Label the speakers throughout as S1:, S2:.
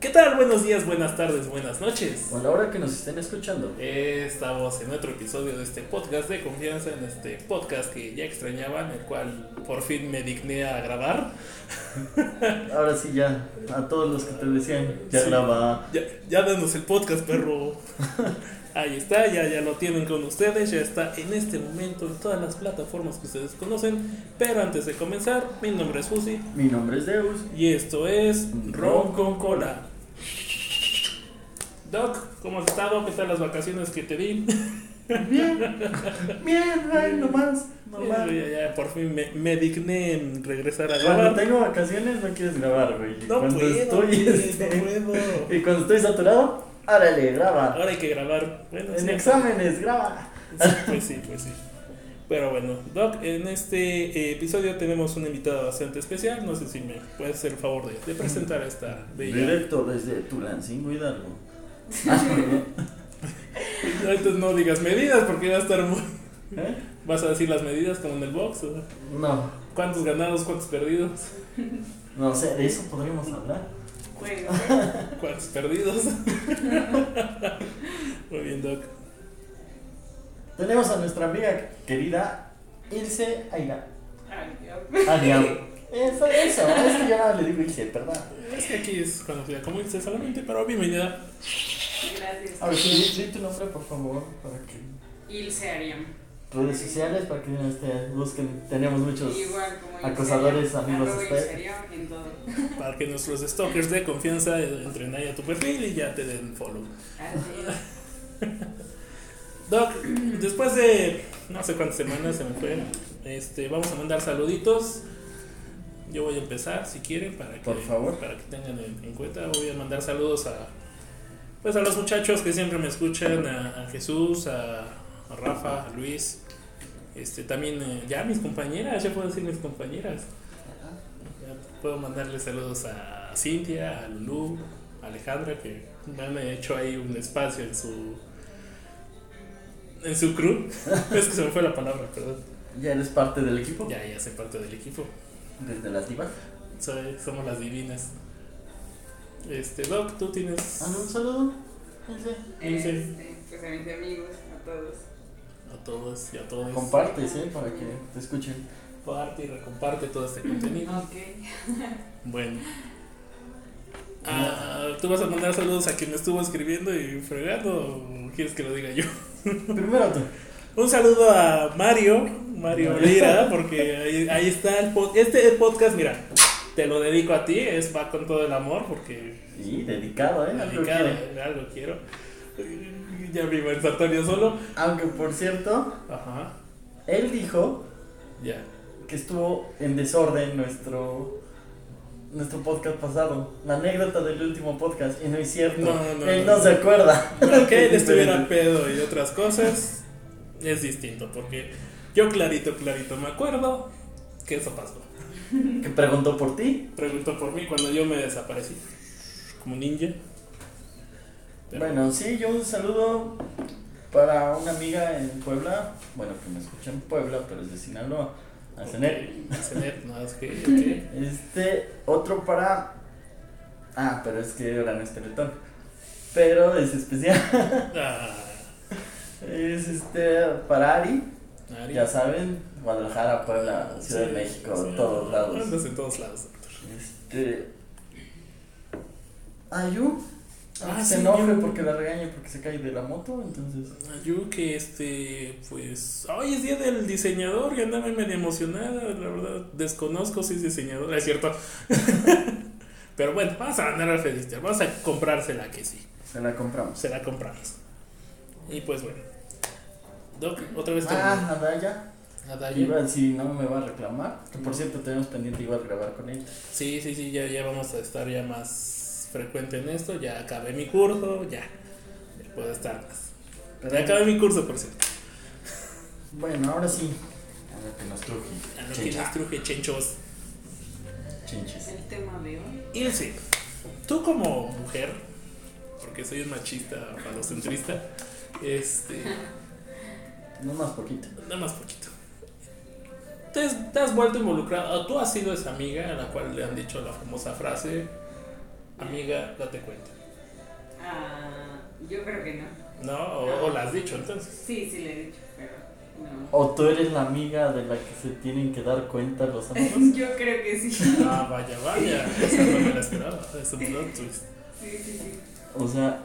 S1: ¿Qué tal? Buenos días, buenas tardes, buenas noches.
S2: O a la hora que nos estén escuchando.
S1: Estamos en otro episodio de este podcast de confianza, en este podcast que ya extrañaban, el cual por fin me digné a grabar.
S2: Ahora sí ya, a todos los que te decían, ya
S1: Sí.
S2: graba.
S1: Ya, ya danos el podcast, perro. Ahí está, ya, ya lo tienen con ustedes, ya está en este momento en todas las plataformas que ustedes conocen. Pero antes de comenzar, mi nombre es Fusi
S2: Mi nombre es Deus.
S1: y esto es Ron con Cola. Doc, ¿cómo has estado? ¿Qué tal las vacaciones que te di?
S2: Bien, bien, ay, nomás,
S1: Ya,
S2: nomás.
S1: ya, ya, por fin me, me digné en regresar a
S2: Cuando
S1: grabar.
S2: tengo vacaciones no quieres grabar, güey. Y
S1: No
S2: cuando
S1: puedo,
S2: estoy,
S1: güey,
S2: este,
S1: no puedo.
S2: Y cuando estoy saturado, árale, graba.
S1: Ahora hay que grabar. Bueno,
S2: En
S1: sí,
S2: exámenes, graba.
S1: Sí, pues sí, pues sí. Pero bueno, Doc, en este eh, episodio tenemos una invitada bastante especial. No sé si me puedes hacer el favor de, de presentar a esta bella.
S2: Directo desde Tulancingo Hidalgo.
S1: No, Entonces no digas medidas porque va a estar muy.
S2: ¿Eh?
S1: Vas a decir las medidas como en el box. ¿o?
S2: No,
S1: ¿Cuántos ganados, cuántos perdidos?
S2: no sé, de eso podríamos hablar.
S3: Juego.
S1: ¿Cuántos perdidos? Muy bien, Doc.
S2: Tenemos a nuestra amiga querida Ilse Aina.
S3: Ay, Dios.
S1: Ah,
S2: Aina. Eso, eso, es que yo nada le digo Ilse, ¿verdad?
S1: Es que aquí es conocida como dice solamente, pero bienvenida.
S2: A
S3: Gracias.
S2: ver, sí, di, di tu nombre, por favor, para que...
S3: Ilse Ariam.
S2: Redes sociales, para que este, busquen, tenemos muchos...
S3: Igual como Ilse
S2: acosadores,
S3: Ariam,
S2: amigos
S3: arroba
S2: de usted.
S3: Ilse Ariam en todo.
S1: Para que nuestros stalkers de confianza eh, entren ahí a tu perfil y ya te den follow.
S3: Así
S1: Doc, después de no sé cuántas semanas se me fue, este, vamos a mandar saluditos. Yo voy a empezar, si quieren, para que,
S2: Por favor.
S1: Para que tengan en, en cuenta. Voy a mandar saludos a, pues a los muchachos que siempre me escuchan, a, a Jesús, a, a Rafa, a Luis. Este, también eh, ya mis compañeras, ya puedo decir mis compañeras. Ya puedo mandarle saludos a Cintia, a Lulu, a Alejandra, que me han hecho ahí un espacio en su. en su crew. es que se me fue la palabra, perdón.
S2: Ya eres parte del equipo,
S1: Ya, ya soy parte del equipo.
S2: desde las divas.
S1: Soy- somos las divinas. Este, Doc, tú tienes.
S2: Ah, no, un saludo, Ilse.
S3: es.
S1: Ilse.
S3: Este, Pues a mis amigos, a todos.
S1: A todos y a todos.
S2: Compartes, ¿eh? Para que te escuchen.
S1: Comparte y recomparte todo este contenido.
S3: Ok.
S1: Bueno. Ah, ¿Tú vas a mandar saludos a quien me estuvo escribiendo y fregando? ¿O quieres que lo diga yo?
S2: Primero tú.
S1: Un saludo a Mario, Mario Lira, porque ahí, ahí está el podcast. Este podcast, mira, te lo dedico a ti, es va con todo el amor, porque
S2: Sí, dedicado, ¿eh? Algo
S1: dedicado,
S2: quiere.
S1: algo quiero. Ya vivo en Santonio solo.
S2: Aunque, por cierto,
S1: Ajá,
S2: él dijo
S1: ya.
S2: que estuvo en desorden nuestro nuestro podcast pasado, la anécdota del último podcast y no es cierto.
S1: No, no,
S2: él
S1: no.
S2: no, se acuerda.
S1: Bueno, que él
S2: Es
S1: estuviera
S2: diferente.
S1: pedo y otras cosas es distinto, porque yo clarito, clarito me acuerdo que eso pasó.
S2: que preguntó por ti.
S1: Preguntó por mí cuando yo me desaparecí, como ninja. Pero-
S2: Bueno, sí, yo un saludo para una amiga en Puebla, bueno, que me escucha en Puebla, pero es de Sinaloa, a Cenet.
S1: Ok, a cenar, no, es que- que-
S2: Este, otro para Ah, pero es que ahora no es Teletón. Pero es especial.
S1: Ah,
S2: es este para Ari,
S1: Ari.
S2: Ya saben, Guadalajara, Puebla, Ciudad de
S1: Sí,
S2: México,
S1: sí. ah, pues,
S2: todos lados.
S1: Andas en todos lados, doctor.
S2: Este. Ayu.
S1: Ah,
S2: se
S1: sí,
S2: enoje
S1: Ayu.
S2: porque la regañe porque se cae de la moto, entonces.
S1: Ayu, que este, pues, hoy es día del diseñador y andaba medio emocionada, la verdad, desconozco si es diseñadora, es cierto. Pero bueno, vas a ganar al Felister, vas a comprársela que sí,
S2: Se la compramos.
S1: se la compramos. Y pues bueno. Doc, otra vez te
S2: Ah, Adaya.
S1: a Dayo.
S2: Igual si no me va a reclamar. Que por cierto tenemos pendiente igual grabar con ella.
S1: Sí, sí, sí, ya, ya vamos a estar ya más frecuente en esto, ya acabé mi curso, ya, ya puedo estar más.
S2: Pero-
S1: Ya acabé mi curso, por cierto.
S2: Bueno, ahora sí. A lo que nos truje.
S1: A lo que
S2: Chincha.
S1: les truje, chenchos.
S3: Es
S2: Chinches.
S3: el tema de hoy.
S1: Ilse, tú como mujer, porque soy un machista falocentrista, este,
S2: No más poquito.
S1: nada más poquito. Te has, te has vuelto involucrada, o tú has sido esa amiga a la cual le han dicho la famosa frase, Amiga, date cuenta.
S3: Ah, yo creo que no.
S1: ¿No? O, o la has dicho entonces.
S3: Sí, sí le he dicho, pero no.
S2: ¿O tú eres la amiga de la que se tienen que dar cuenta los amigos?
S3: Yo creo que sí. Sí,
S1: Ah, vaya, vaya. Esa no me la esperaba. Es un plot twist.
S3: sí, sí.
S2: O sea,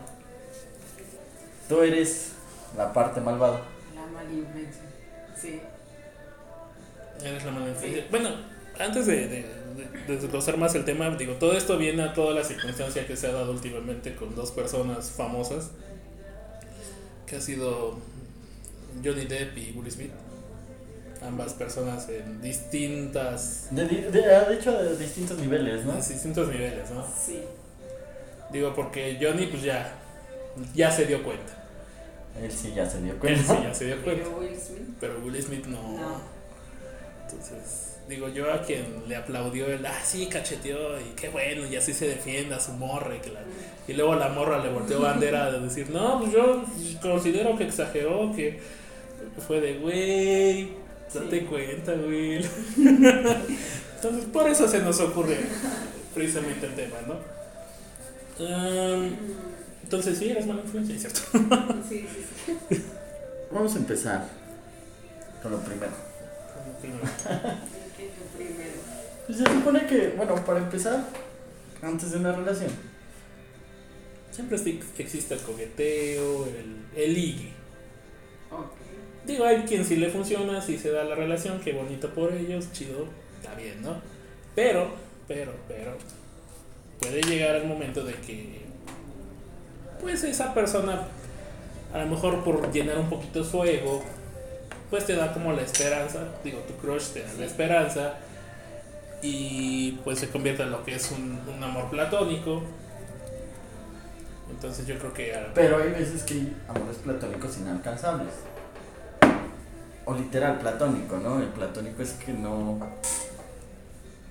S2: tú eres la parte malvada.
S3: La mala influencia. Sí.
S1: Eres la mala influencia. Bueno, antes de, de, de- de desglosar más el tema, digo, todo esto viene a toda la circunstancia que se ha dado últimamente con dos personas famosas, que ha sido Johnny Depp y Will Smith. Ambas personas en distintas,
S2: De, de- de- ah, de hecho, de distintos niveles, ¿no?
S1: en distintos niveles, ¿no?
S3: Sí.
S1: Digo, porque Johnny pues ya, ya se dio cuenta.
S2: Él sí ya se dio
S1: Él
S2: cuenta.
S1: sí ya se dio cuenta.
S3: Pero Will Smith,
S1: Pero Will Smith no.
S3: no.
S1: Entonces, digo, yo a quien le aplaudió el, ah, sí, cacheteó, y qué bueno, y así se defienda su morra. Y, que la- y luego la morra le volteó bandera de decir, no, pues yo considero que exageró, que fue de, güey, date
S3: Sí.
S1: cuenta, Will. Entonces, por eso se nos ocurre precisamente el tema, ¿no? Am,
S3: Mm,
S1: entonces, sí, eres mala influencia, es ¿cierto?
S3: Sí, sí, sí.
S2: Vamos a empezar con lo primero.
S3: ¿Qué es lo primero?
S2: Pues se supone que, bueno, para empezar, antes de una relación.
S1: Siempre sí existe el coqueteo, el, el ligue.
S3: Ok.
S1: Digo, hay quien sí le funciona, si se da la relación, qué bonito por ellos, chido, está bien, ¿no? Pero, pero, pero, puede llegar el momento de que, pues esa persona, a lo mejor por llenar un poquito su ego, pues te da como la esperanza, digo, tu crush te da la esperanza, y pues se convierte en lo que es un, un amor platónico. Entonces yo creo que... a-
S2: Pero hay veces que hay amores platónicos inalcanzables. O literal platónico, ¿no? El platónico es que no.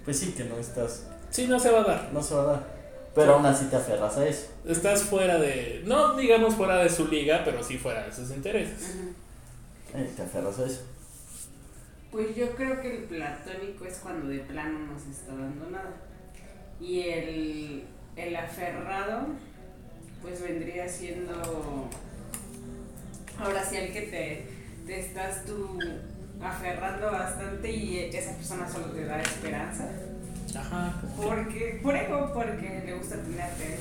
S2: Pues sí, que no estás.
S1: Sí, no se va a dar.
S2: No se va a dar. Pero aún así te aferras a eso.
S1: Estás fuera de, no digamos fuera de su liga, pero sí fuera de sus intereses.
S3: Ajá.
S2: eh, te aferras a eso.
S3: Pues yo creo que el platónico es cuando de plano no se está dando nada. Y el, el aferrado, pues vendría siendo. Ahora sí, el que te, te estás tú aferrando bastante y esa persona solo te da esperanza.
S1: Ajá.
S3: Porque, por ego, porque le gusta tenerte.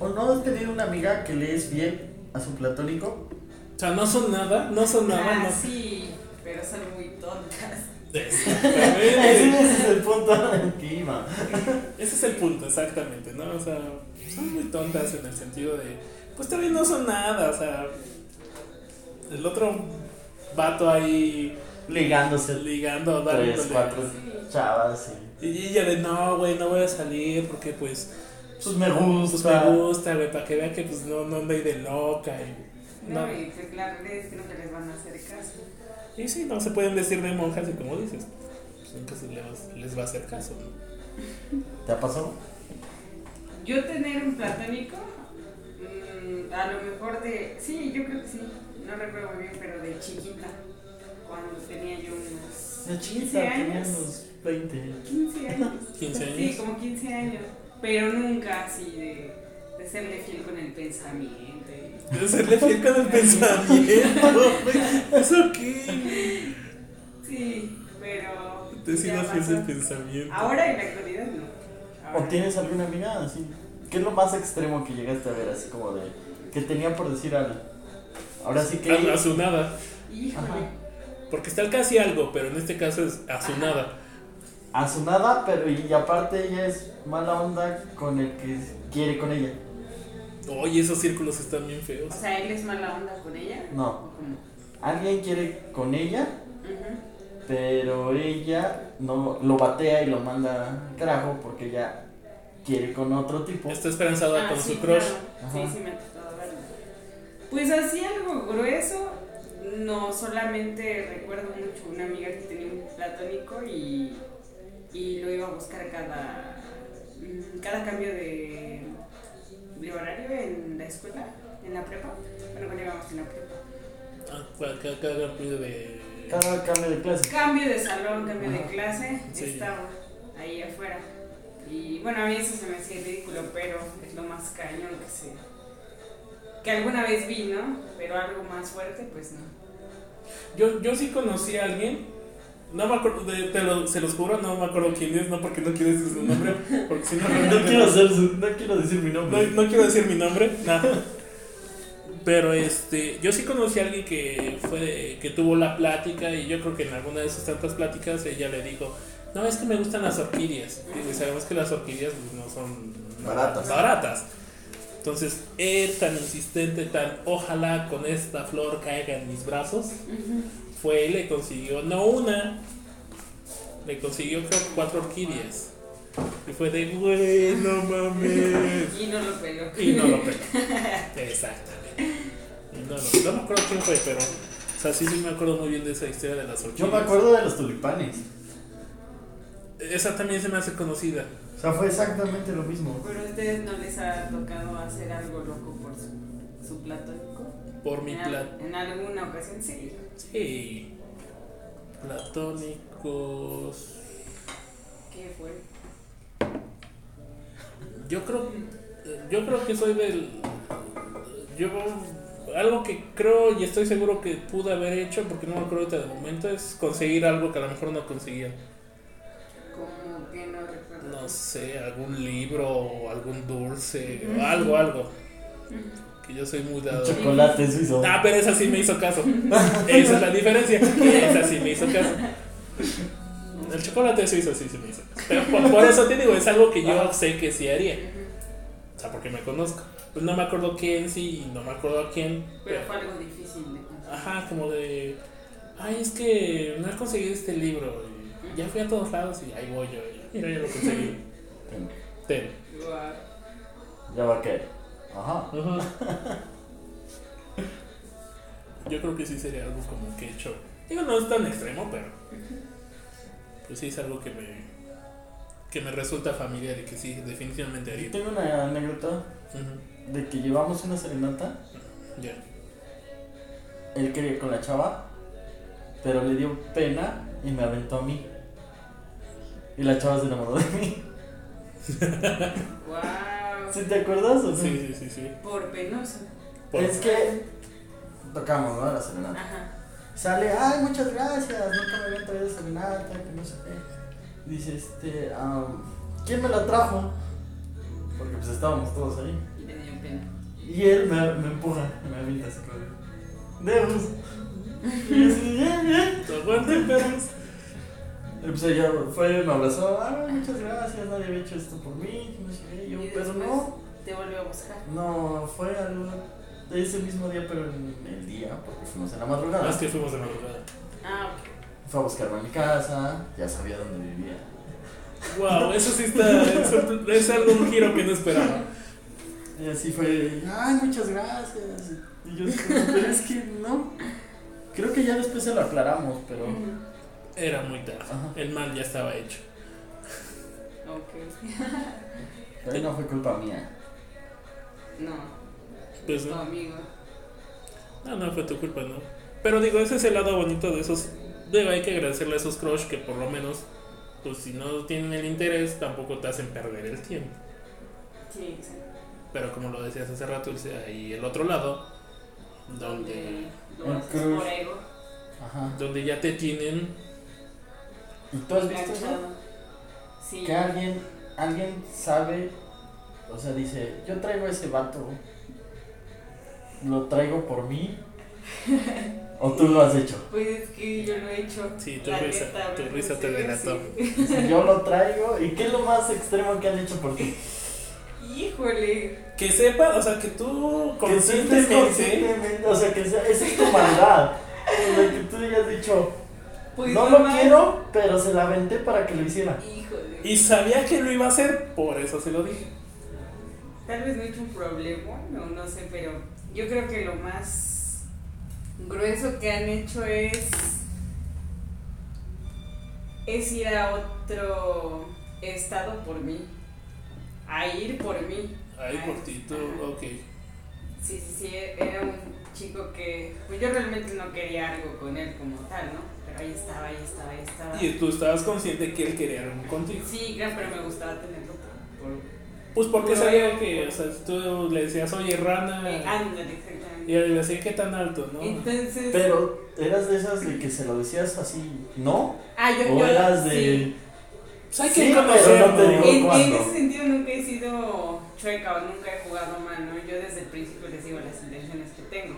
S2: ¿O no has tenido una amiga que le es bien a su platónico?
S1: O sea, no son nada, no son nada,
S3: ah,
S1: no.
S3: sí, pero son muy tontas.
S1: Exactamente.
S2: Ese es el punto del que iba.
S1: Ese es el punto, exactamente, ¿no? O sea, son muy tontas en el sentido de, pues todavía no son nada, o sea, el otro vato ahí
S2: Ligándose
S1: ligando,
S2: tres,
S1: dándole-
S2: cuatro chavas y.
S1: Y ella de, no, güey, no voy a salir porque pues
S2: Pues me
S1: Pues
S2: gusta.
S1: me gusta, güey, para que vea que pues no, no anda ahí de loca. Y,
S3: No,
S1: no.
S3: y pues la verdad es que no te les van a hacer caso.
S1: y sí, no se pueden vestir de monjas y como dices, pues, nunca se les, les va a hacer caso. ¿no?
S2: ¿Te ha pasado?
S3: Yo tener un platónico, mm, a lo mejor de. Sí, yo creo que sí. No recuerdo muy bien, pero de chiquita. Cuando tenía yo unos
S2: De
S3: 15 años.
S2: 20.
S3: 15 años.
S1: 15
S3: Sí,
S1: años.
S3: como 15 años. Pero nunca así de, de serle fiel con el pensamiento. y-
S1: Debe serle fiel con el pensamiento. güey. ¿Eso qué?
S3: Sí, pero.
S1: Te
S3: ya
S1: sido fiel del
S3: pasó. Ah,
S1: pensamiento.
S3: Ahora en la actualidad no.
S2: ¿O
S3: Ahora-
S2: tienes alguna amiga así? ¿Qué es lo más extremo que llegaste a ver así como de que tenía por decir algo? Ahora sí que
S1: A, a su nada.
S3: Híjole.
S2: Ajá.
S1: Porque está el casi algo, pero en este caso es a su nada.
S2: a su nada, pero y aparte ella es mala onda con el que quiere con ella.
S1: Oye, esos círculos están bien
S3: O
S1: feos.
S3: sea, él es mala onda con ella.
S2: No,
S3: ¿O cómo?
S2: alguien quiere con ella,
S3: Ujú.
S2: pero ella no lo batea y lo manda al carajo porque ella quiere con otro tipo.
S1: Está esperanzada
S3: Ah,
S1: con
S3: sí,
S1: su crush.
S3: claro. Sí,
S2: Ajá.
S3: sí, me ha tocado verlo. Pues así algo grueso, no solamente recuerdo mucho una amiga que tenía un platónico y, y lo iba a buscar cada, mm, cada cambio de, de horario en la escuela, en la prepa. Bueno, cuando íbamos en la prepa.
S1: Ah, cada- cada ruido de.
S2: Ah. Cada cambio de clase.
S3: Cambio de salón, cambio de clase,
S1: Sí.
S3: estaba ahí afuera. Y bueno, a mí eso se me hacía ridículo, pero es lo más cañón que se. que alguna vez vi, ¿no? Pero algo más fuerte, pues no.
S1: Yo, yo sí conocí a alguien, no me acuerdo, de- te lo- se los juro, no me acuerdo quién es, no porque no quiero decir su nombre, porque si no,
S2: No quiero, ser su- no quiero decir mi
S1: no,
S2: nombre.
S1: no quiero decir mi nombre, nada. Pero este, yo sí conocí a alguien que fue, que tuvo la plática y yo creo que en alguna de esas tantas pláticas ella le dijo, no, es que me gustan las orquídeas. Y sabemos que las orquídeas pues, no son
S2: Baratas.
S1: baratas. Entonces, él tan insistente, tan ojalá con esta flor caiga en mis brazos, fue y le consiguió, no una, le consiguió creo cuatro orquídeas. Y fue de, güey, no mames.
S3: Y no lo peló.
S1: Y no lo peló. Exactamente. Y no, lo- no me acuerdo quién fue, pero. O sea, sí, sí me acuerdo muy bien de esa historia de las orquídeas.
S2: Yo me acuerdo de los tulipanes.
S1: Esa también se me hace conocida.
S2: O sea, fue exactamente lo mismo.
S3: Pero a ustedes no les ha tocado hacer algo loco por su, su platónico.
S1: Por mi
S3: en,
S1: plato.
S3: al- en alguna ocasión sí.
S1: Sí. Platónicos.
S3: ¿Qué fue?
S1: Yo creo. Yo creo que soy del. Yo. Algo que creo y estoy seguro que pude haber hecho, porque no me acuerdo ahorita de momento, es conseguir algo que a lo mejor no conseguía.
S3: Como que no recuerdo.
S1: No sé, algún libro o algún dulce, o algo, algo. Que yo soy muy
S2: Ah.
S1: dado.
S2: Chocolate suizo.
S1: Ah, pero esa sí me hizo caso. Esa es la diferencia. Esa sí me hizo caso. El chocolate suizo sí se me hizo caso. Pero por, por eso te digo, es algo que yo sé que sí haría. O sea, porque me conozco. Pues no me acuerdo quién sí y no me acuerdo a quién.
S3: Pero fue algo difícil de conseguir.
S1: Ajá, como de. Ay, es que no he conseguido este libro. y ya fui a todos lados y ahí voy yo. y Mira, ya lo conseguí. Ten.
S3: Guau.
S2: Ya va a caer. Ajá.
S1: Yo creo que sí sería algo como que he hecho. Digo, no es tan extremo, pero. Pues sí es algo que me. que me resulta familiar y que sí, definitivamente haría.
S2: Yo tengo una anécdota
S1: Ujú,
S2: de que llevamos una serenata.
S1: Ya.
S2: Él quería ir con la chava, pero le dio pena y me aventó a mí. Y la chava se enamoró de mí.
S3: Guau.
S2: ¿Sí te acuerdas o no?
S1: Sí, sí, sí, sí.
S3: Por penoso.
S1: Por-
S2: Es que tocamos, ¿no? La serenata.
S3: Ajá.
S2: Sale, ay, muchas gracias, nunca me habían traído serenata, que no sé qué. Dice, este, am, ¿quién me la trajo? Porque pues estábamos todos ahí.
S3: Y le dio pena.
S2: Y él me, me empuja, me avienta así como, Deus. Y yo así, "Ya, ya".
S1: Aguante, perros.
S2: Y pues ella fue, me abrazó, ay, muchas gracias, nadie había hecho esto por mí, que no sé qué. Y yo,
S3: Y
S2: pero
S3: después-
S2: no,
S3: Te volvió a buscar.
S2: no, fue algo de ese mismo día, pero en el día, porque fuimos en la madrugada.
S1: Más que fuimos de madrugada.
S3: Ah, ok.
S2: Fue a buscarme a mi casa, ya sabía dónde vivía.
S1: Wow, eso sí está. eso- es algo un giro que no esperaba.
S2: Y así fue, ay, muchas gracias. Y yo, así como, pero es que no. Creo que ya después se lo aclaramos, pero.
S3: Ujú.
S1: Era muy tarde.
S2: Ajá.
S1: El mal ya estaba hecho.
S3: Ok.
S2: pero no fue culpa mía.
S3: No.
S1: Pues
S3: Tu
S1: no.
S3: amigo.
S1: No, no fue tu culpa, no. Pero digo, ese es el lado bonito de esos. Digo, hay que agradecerle a esos crush que por lo menos, pues si no tienen el interés, tampoco te hacen perder el tiempo.
S3: Sí, exacto.
S1: Pero como lo decías hace rato, dice, hay el otro lado, donde,
S3: Donde lo
S2: El
S3: haces
S2: cruz.
S3: por ego.
S2: Ajá.
S1: donde ya te tienen.
S2: ¿Y tú has visto eso?
S3: enganchado. Sí.
S2: Que alguien, alguien sabe, o sea, dice, yo traigo ese vato, lo traigo por mí, o tú lo has hecho.
S3: Pues es que yo lo he hecho.
S1: Sí, tu
S3: La
S1: risa-
S3: neta,
S1: tu
S3: me
S1: risa te
S3: puse a ver,
S1: delató.
S3: sí.
S2: Dice, yo lo traigo, ¿y qué es lo más extremo que han hecho por ti?
S3: Híjole.
S1: Que sepa, o sea, que tú
S2: Que sí estés conscientemente, o sea, que sea, esa es tu maldad. O sea, que tú hayas dicho,
S3: Pues
S2: no lo
S3: más.
S2: quiero, pero se la aventé para que lo hiciera.
S3: Híjole.
S1: Y sabía que lo iba a hacer, por eso se lo dije.
S3: Tal vez no he hecho un problema, no, no sé, pero yo creo que lo más grueso que han hecho es es ir a otro estado por mí, a ir por mí.
S1: Ay,
S3: Ay.
S1: cortito, ok.
S3: Sí, sí, sí, era un chico que, pues yo realmente no quería algo con él como tal, ¿no? Pero ahí estaba, ahí estaba, ahí estaba.
S1: Y tú estabas consciente que él quería algo contigo.
S3: Sí, claro, pero me gustaba tenerlo por... por-
S1: Pues porque
S3: Pero-
S1: sabía que, o sea, tú le decías, oye,
S3: eh,
S1: rana.
S3: ándale, exactamente.
S1: Y él le decía, ¿qué tan alto, no?
S3: Entonces...
S2: Pero, ¿eras de esas de que se lo decías así, no?
S3: ah, yo,
S2: ¿O
S3: yo-
S2: eras
S3: sí.
S2: de.?
S1: Pues hay
S2: Sí,
S1: que
S2: pero no te digo.
S1: conocerlo.
S3: En, en
S2: ¿Cuándo?
S3: ese sentido nunca he sido chueca o nunca he jugado mal, ¿no? Yo desde el principio les digo las intenciones que tengo.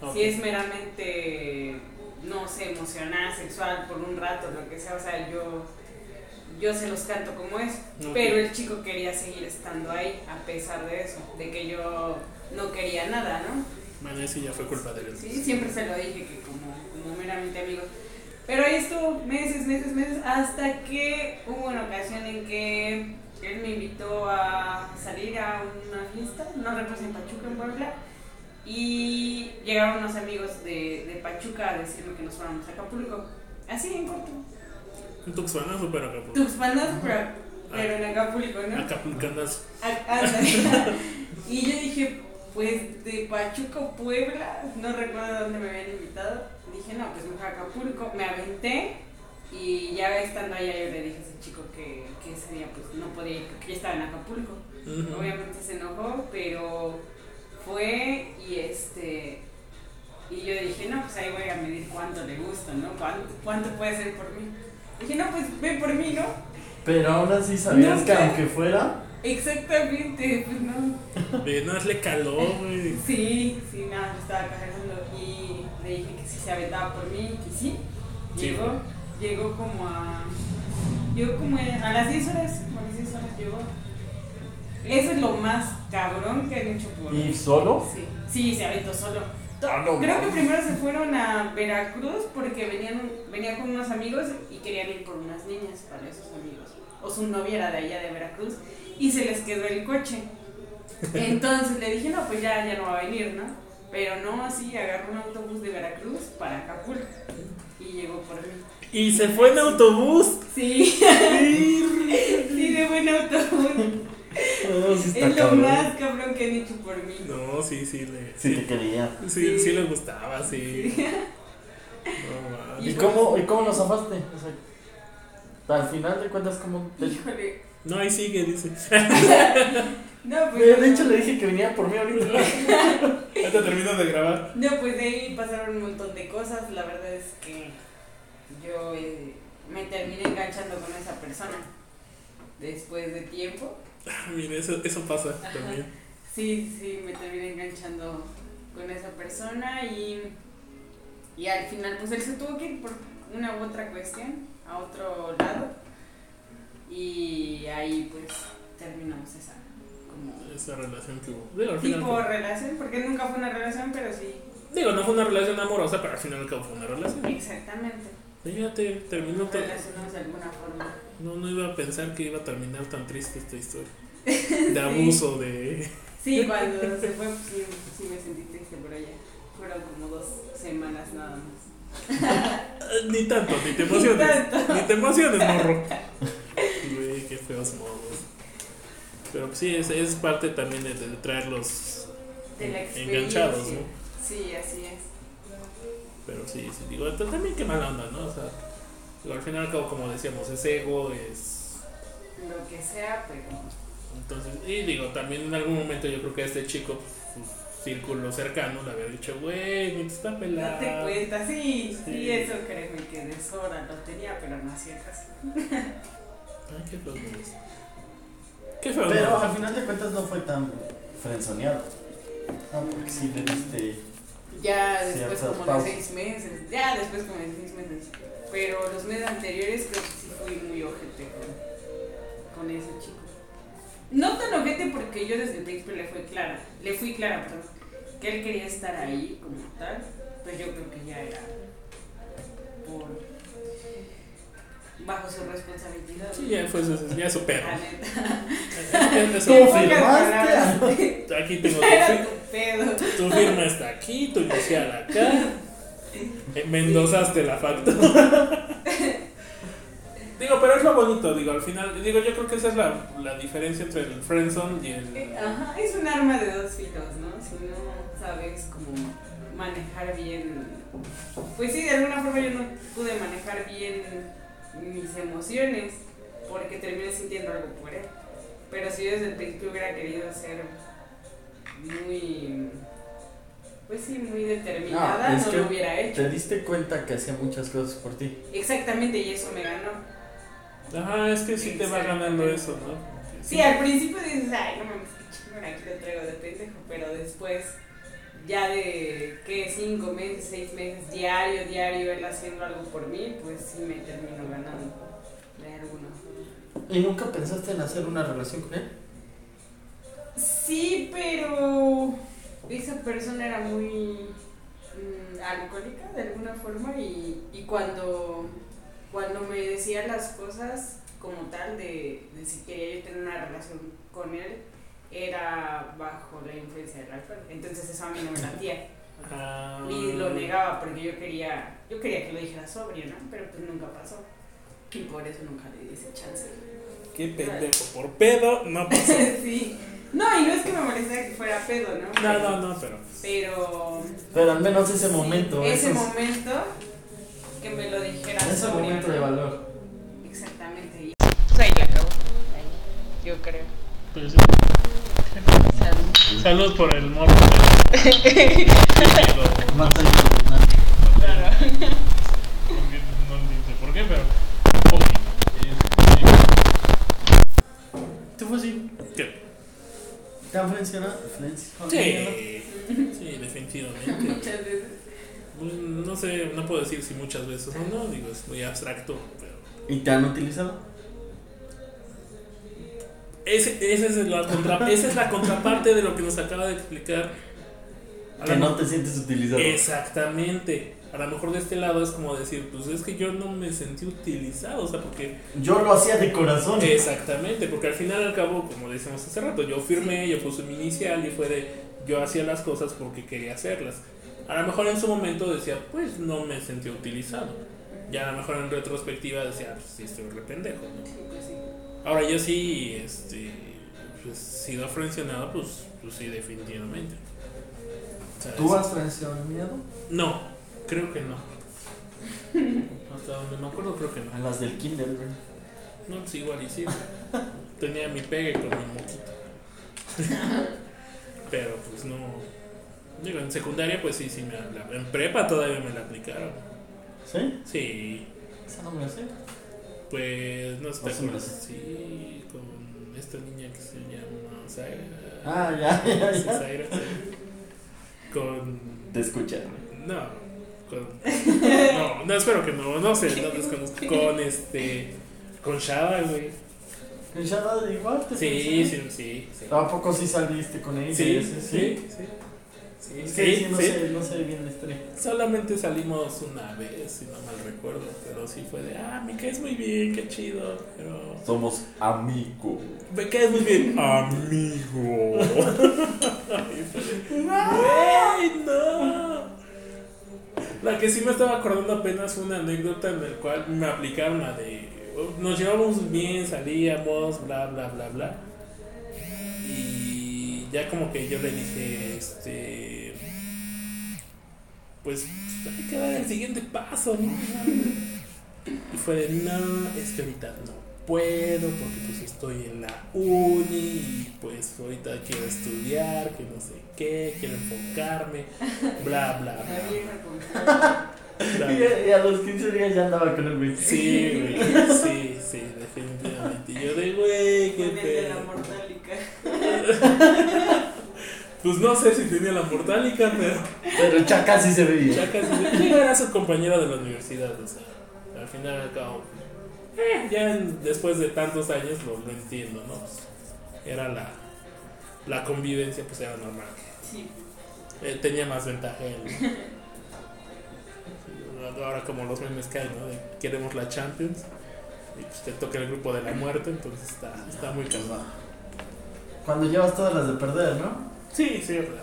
S1: Ok.
S3: Si es meramente, no sé, emocional, sexual, por un rato, lo que sea, o sea, yo, yo se los canto como es.
S1: Ok.
S3: Pero el chico quería seguir estando ahí a pesar de eso, de que yo no quería nada, ¿no?
S1: Bueno, eso ya fue culpa de él.
S3: Sí, siempre se lo dije que como, como meramente amigo. Pero ahí estuvo meses, meses, meses, hasta que hubo una ocasión en que él me invitó a salir a una fiesta, no recuerdo si en Pachuca, en Puebla, y llegaron unos amigos de, de Pachuca a decirme que nos fuéramos a Acapulco. Así en corto.
S1: Un tuxpanazo, pero Acapulco.
S3: Tuxpandas, pero, pero en Acapulco, ¿no?
S1: Acapulcanazo.
S3: A- Ah, ándale. y yo dije, pues de Pachuca, o Puebla, no recuerdo dónde me habían invitado. Dije, no, pues mejor Acapulco. Me aventé y ya estando allá yo le dije a ese chico que, que ese día pues no podía ir porque ya estaba en Acapulco.
S1: Ujú.
S3: Obviamente se enojó, pero fue y este... Y yo dije, no, pues ahí voy a medir cuánto le gusta, ¿no? ¿Cuánto, cuánto puede ser por mí? Dije, no, pues ve por mí, ¿no?
S2: Pero aún así sabías que
S3: Nunca.
S2: aunque fuera.
S3: Exactamente, pues no,
S1: Ve, no, le caló, güey.
S3: Sí, sí, nada, yo estaba cargando y le dije que si se aventaba por mí, y sí.
S1: Sí.
S3: Llegó, llegó como a. Llegó como a las 10 horas, como a las 10 horas llegó. Eso es lo más cabrón que han hecho por
S2: ¿Y solo?
S3: Sí, sí, se aventó solo.
S2: Ah, no,
S3: Creo que
S2: mames.
S3: primero se fueron a Veracruz porque venían, venían con unos amigos y querían ir por unas niñas para esos amigos. O su novia era de allá de Veracruz y se les quedó el coche. Entonces le dije, no, pues ya, ya no va a venir, ¿no? Pero no, así agarró un autobús de Veracruz para Acapulco y llegó por mí.
S1: Y se fue en autobús.
S3: Sí, sí, de buen autobús.
S2: Ah, sí está
S3: Es lo
S2: cabrón.
S3: más cabrón que han hecho por mí.
S1: No, sí, sí, le.
S2: Sí,
S1: Sí,
S2: te quería.
S1: sí, sí le gustaba, sí. No, ma.
S2: ¿Y pues- cómo, ¿Y cómo lo zafaste? O sea, al final de cuentas, ¿cómo? te-
S3: Híjole.
S1: No, ahí sigue, dice.
S3: No, pues.
S2: De,
S3: no.
S2: de hecho, le dije que venía por mí ahorita.
S1: Ya te termino de grabar.
S3: No, pues de ahí pasaron un montón de cosas. La verdad es que yo eh, me terminé enganchando con esa persona después de tiempo.
S1: Ah, Mira, eso, eso pasa también.
S3: Sí, sí, me terminé enganchando con esa persona y, y al final pues él se tuvo que ir por una u otra cuestión a otro lado y ahí pues terminamos esa como
S1: Esa relación que hubo. Digo, al final.
S3: tipo relación, porque nunca fue una relación, pero sí,
S1: Digo, no fue una relación amorosa, pero al final al cabo fue una relación.
S3: exactamente.
S1: Fíjate, terminó
S3: Nos
S1: todo.
S3: relacionamos de alguna forma.
S1: No, no iba a pensar que iba a terminar tan triste esta historia. De abuso, de.
S3: Sí, cuando se fue, pues, sí, sí me sentí triste por allá. Fueron como dos semanas nada más.
S1: Ni tanto, ni te emociones.
S3: tanto.
S1: Ni te emociones, morro. Güey, qué feos modos. Pero pues, sí, es, es parte también de, de traerlos
S3: De la experiencia.
S1: enganchados, ¿no?
S3: Sí, así es.
S1: Pero sí, sí, digo, entonces también qué mala onda, ¿no? O sea, digo, al final, como, como decíamos, es ego, es.
S3: Lo que sea, pero.
S1: Entonces, y digo, también en algún momento yo creo que a este chico, pues, su círculo cercano, le había dicho, güey, ni te está
S3: No te
S1: pelando.
S3: cuentas, sí,
S1: Sí.
S3: sí, eso créeme que de sobra lo tenía, pero no hacía caso.
S1: Ay, Ah, qué feos modos. Qué feos
S2: Pero
S1: modos.
S2: al final de cuentas no fue tan frenzoneado. Ah, porque sí le diste.
S3: Ya
S2: Sí,
S3: después,
S2: hasta
S3: como
S2: pausa.
S3: de seis meses, ya después, como de seis meses. Pero los meses anteriores, creo que sí fui muy ojete con, con ese chico. No tan ojete porque yo desde el principio le fui clara, le fui clara, perdón, que él quería estar ahí como tal, pues yo creo que ya era por. bajo su responsabilidad.
S1: Sí, ya fue su, ya su perro.
S3: La neta.
S1: Eso
S2: ¿Cómo
S1: no
S2: fue?
S1: firma.
S2: ¿Firmaste?
S3: Pocas
S1: Aquí tengo tu,
S3: palabras.
S1: fi-
S3: Era tu pedo.
S1: tu firma está aquí, tu inicial acá. Eh, Mendozaste la factura. digo, pero es lo bonito, digo, al final, digo,
S3: Eh,
S1: yo creo que esa es la, la diferencia entre el friendzone y el...
S3: Ajá, es un arma de dos filos, ¿no? ¿no? Si no sabes cómo manejar bien. Pues sí, de alguna forma yo no pude manejar bien mis emociones porque terminé sintiendo algo por él. Pero si yo desde el principio hubiera querido ser muy. Pues sí, muy determinada,
S2: es
S3: no
S2: que
S3: lo hubiera hecho.
S2: Te diste cuenta que hacía muchas cosas por ti.
S3: Exactamente, y eso me ganó.
S1: Ajá, es que sí te va ganando eso, ¿no?
S3: Sí, al principio dices, ay, no mames, qué chingón, aquí lo traigo de pendejo, pero después, ya de, ¿qué? Cinco meses, seis meses, diario, diario, él haciendo algo por mí, pues sí me termino ganando. De alguna forma.
S2: ¿Y nunca pensaste en hacer una relación con él?
S3: Sí, pero esa persona era muy mm, alcohólica de alguna forma y, y cuando, cuando me decía las cosas como tal de, de si quería yo tener una relación con él era bajo la influencia del alcohol. Entonces eso a mí no me latía
S1: Ah,
S3: y lo negaba porque yo quería, yo quería que lo dijera sobrio, ¿no? Pero pues nunca pasó y por eso nunca le di ese chance.
S1: Qué pendejo, por pedo no pasó.
S3: sí. No, y no es que me molestara que fuera pedo, ¿no?
S1: No, no, no, pero.
S3: Pero.
S2: Pero al menos ese
S3: sí,
S2: momento.
S3: Ese
S2: esos-
S3: momento que me lo dijera.
S2: ese
S3: sobrio,
S2: momento
S3: ¿no?
S2: de valor.
S3: Exactamente. y- O sea, y la acabó. Ahí, Yo creo.
S1: Pues,
S3: O sea,
S1: Salud por el morro.
S2: Mata y condenar.
S3: claro.
S1: Porque no dice por qué, pero. Ok.
S2: ¿Tú fue así?
S1: ¿Qué?
S2: ¿Te han influenciado? influenciado?
S1: Sí. Sí, definitivamente.
S3: Muchas veces.
S1: Pues, No sé, no puedo decir si muchas veces o no, digo, es muy abstracto, pero.
S2: ¿Y te han utilizado?
S1: Ese, ese es la contra- esa es la contraparte de lo que nos acaba de explicar. A
S2: Que
S1: lo
S2: no
S1: mejor-
S2: te sientes utilizado.
S1: Exactamente. A lo mejor de este lado es como decir, pues es que yo no me sentí utilizado, o sea, porque
S2: Yo lo hacía de corazón.
S1: Exactamente, porque al final al cabo, como decíamos hace rato, yo firmé, yo puse mi inicial y fue de yo hacía las cosas porque quería hacerlas. A lo mejor en su momento decía, pues no me sentí utilizado. Y a lo mejor en retrospectiva decía, pues sí, estoy re pendejo. ¿no?
S3: Sí, pues sí.
S1: Ahora yo sí, este, pues, sido frencionado, pues, pues sí, definitivamente. O sea,
S2: ¿Tú
S1: es-
S2: has traicionado?
S1: No, creo que no. Hasta donde me acuerdo, creo que no.
S2: A las del kinder, güey.
S1: No, pues igual y sí. Tenía mi pegue con mi moquito. Pero pues no. Digo, en secundaria pues sí, sí me la, En prepa todavía me la aplicaron.
S2: ¿Sí?
S1: Sí.
S2: Esa no me la sé.
S1: Pues no sé,
S2: No,
S1: ¿te
S2: sí me la
S1: acuerdas?
S2: sé.
S1: Sí, con esta niña que se llama Zaira.
S2: Ah, ya, ya,
S1: Sí,
S2: ya.
S1: Zaira, sí. Con.
S2: Te escuché.
S1: No, con- no, no, espero que no, no sé, no desconozco. Con este. Con Shada, güey.
S2: Ya nada de igual, te
S1: Sí,
S2: traicioné.
S1: sí, sí. sí.
S2: ¿A poco sí saliste con ella?
S1: Sí,
S2: Ese,
S1: sí, sí. Sí,
S2: Es que
S1: sí,
S2: sí, no,
S1: sí.
S2: Sé, no sé bien la historia.
S1: Solamente salimos una vez, si no mal recuerdo, pero sí fue de, ah, me caes muy bien, qué chido, pero...
S2: Somos amigos.
S1: Me caes muy bien, amigo. ¡Ay, no! La que sí me estaba acordando apenas fue una anécdota en la cual me aplicaron la de. Nos llevábamos bien, salíamos, bla, bla, bla, bla. Y ya como que yo le dije, este. Pues hay que dar el siguiente paso, ¿no? Y fue de, no, es que ahorita no puedo porque pues estoy en la uni y pues ahorita quiero estudiar, que no sé qué, quiero enfocarme, bla, bla,
S3: La
S1: bla.
S3: vieja confiable.
S1: bla,
S2: Y,
S1: bla.
S2: a- y a los 15 días ya andaba con el güey.
S1: Sí, güey, sí, sí, definitivamente. Y Yo de, güey,
S3: Con
S1: qué
S3: el de la
S1: pedo.
S3: mortálica.
S1: Pues no sé si tenía la mortálica, pero
S2: Pero Chaca sí se veía.
S1: ya casi. Ella era su compañera de la universidad, o sea, al final al cabo. eh, ya en- después de tantos años lo, lo entiendo, ¿no? Pues, era la, la convivencia, pues era normal.
S3: Sí.
S1: Eh, tenía más ventaja él. ¿no? Ahora como los memes caen, ¿no? De queremos la Champions. Y pues te toca el grupo de la muerte, entonces está, está muy calmado.
S2: Cuando llevas todas las de perder, ¿no?
S1: Sí, sí, es verdad.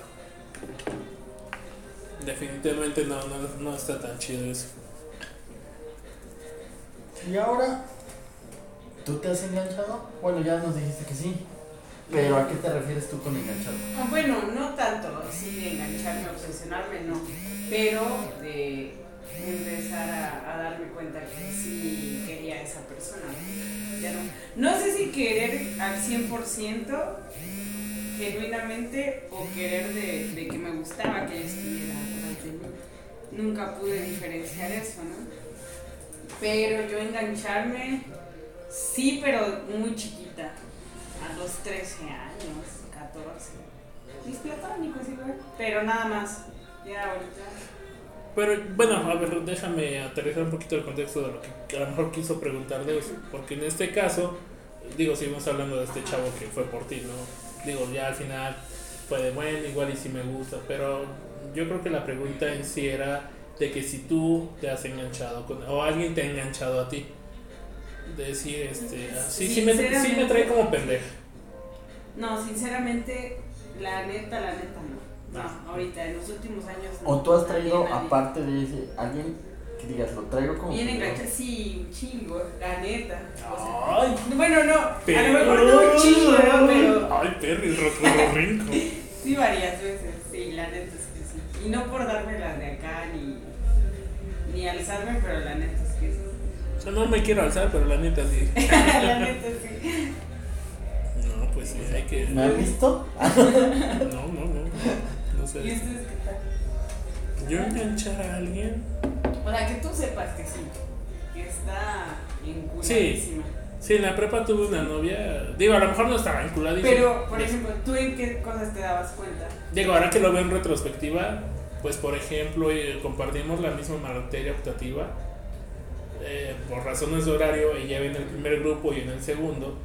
S1: Definitivamente no, no, no está tan chido eso.
S2: Y ahora, ¿tú te has enganchado? Bueno, ya nos dijiste que sí. Pero ¿a qué te refieres tú con enganchado?
S3: Ah, Bueno, no tan tanto así de engancharme, obsesionarme, no. Pero de empezar a, a darme cuenta que sí quería a esa persona. Ya no. no sé si querer al 100% genuinamente o querer de, de que me gustaba que ella estuviera atrás de mí. Nunca pude diferenciar eso, ¿no? Pero yo engancharme, sí, pero muy chiquita, a los 13 años, 14. Mis platónicos igual, pero nada más, ya ahorita.
S1: Pero bueno, a ver, déjame aterrizar un poquito el contexto de lo que, que a lo mejor quiso preguntar Deus, porque en este caso, digo, seguimos hablando de este chavo que fue por ti, ¿no? Digo, ya al final fue de bueno, igual y si me gusta, pero yo creo que la pregunta en sí era de que si tú te has enganchado con, o alguien te ha enganchado a ti, decir, este, ah, sí, sí, me, sí me trae como pendeja.
S3: No, sinceramente, la neta, la neta no. No, ahorita, en los últimos años no.
S2: Ah. O tú has traído,
S3: Nadie, nadie.
S2: aparte de ese, alguien que digas, lo traigo como.
S3: Bien
S2: pendejo"?
S3: enganchada, sí, un chingo, la neta. O sea,
S1: Ay,
S3: bueno, no, a
S1: pero-
S3: lo mejor no un chingo, ¿no? Pero
S1: Ay, Perry, rotulo rico.
S3: sí varias veces, sí, la neta es que sí. Y no por darme las de acá ni, ni alzarme, pero la neta es que sí.
S1: O sea, no me quiero alzar, pero la neta sí.
S3: la neta sí.
S1: No, pues sí, hay que.
S2: ¿Me
S1: No,
S2: has visto?
S1: no, no. No
S3: ¿Y
S1: sé.
S3: ustedes qué tal?
S1: Yo enganchar a alguien.
S3: O sea, que tú sepas que sí, que está enculadísima.
S1: Sí, en la prepa tuve una novia. Digo, a lo mejor no estaba Este, vinculada.
S3: Pero, por ejemplo, ¿tú en qué cosas te dabas cuenta?
S1: Digo, ahora que lo veo en retrospectiva, pues por ejemplo, eh, compartimos la misma materia optativa. eh, por razones de horario, ella iba en el primer grupo y en el segundo.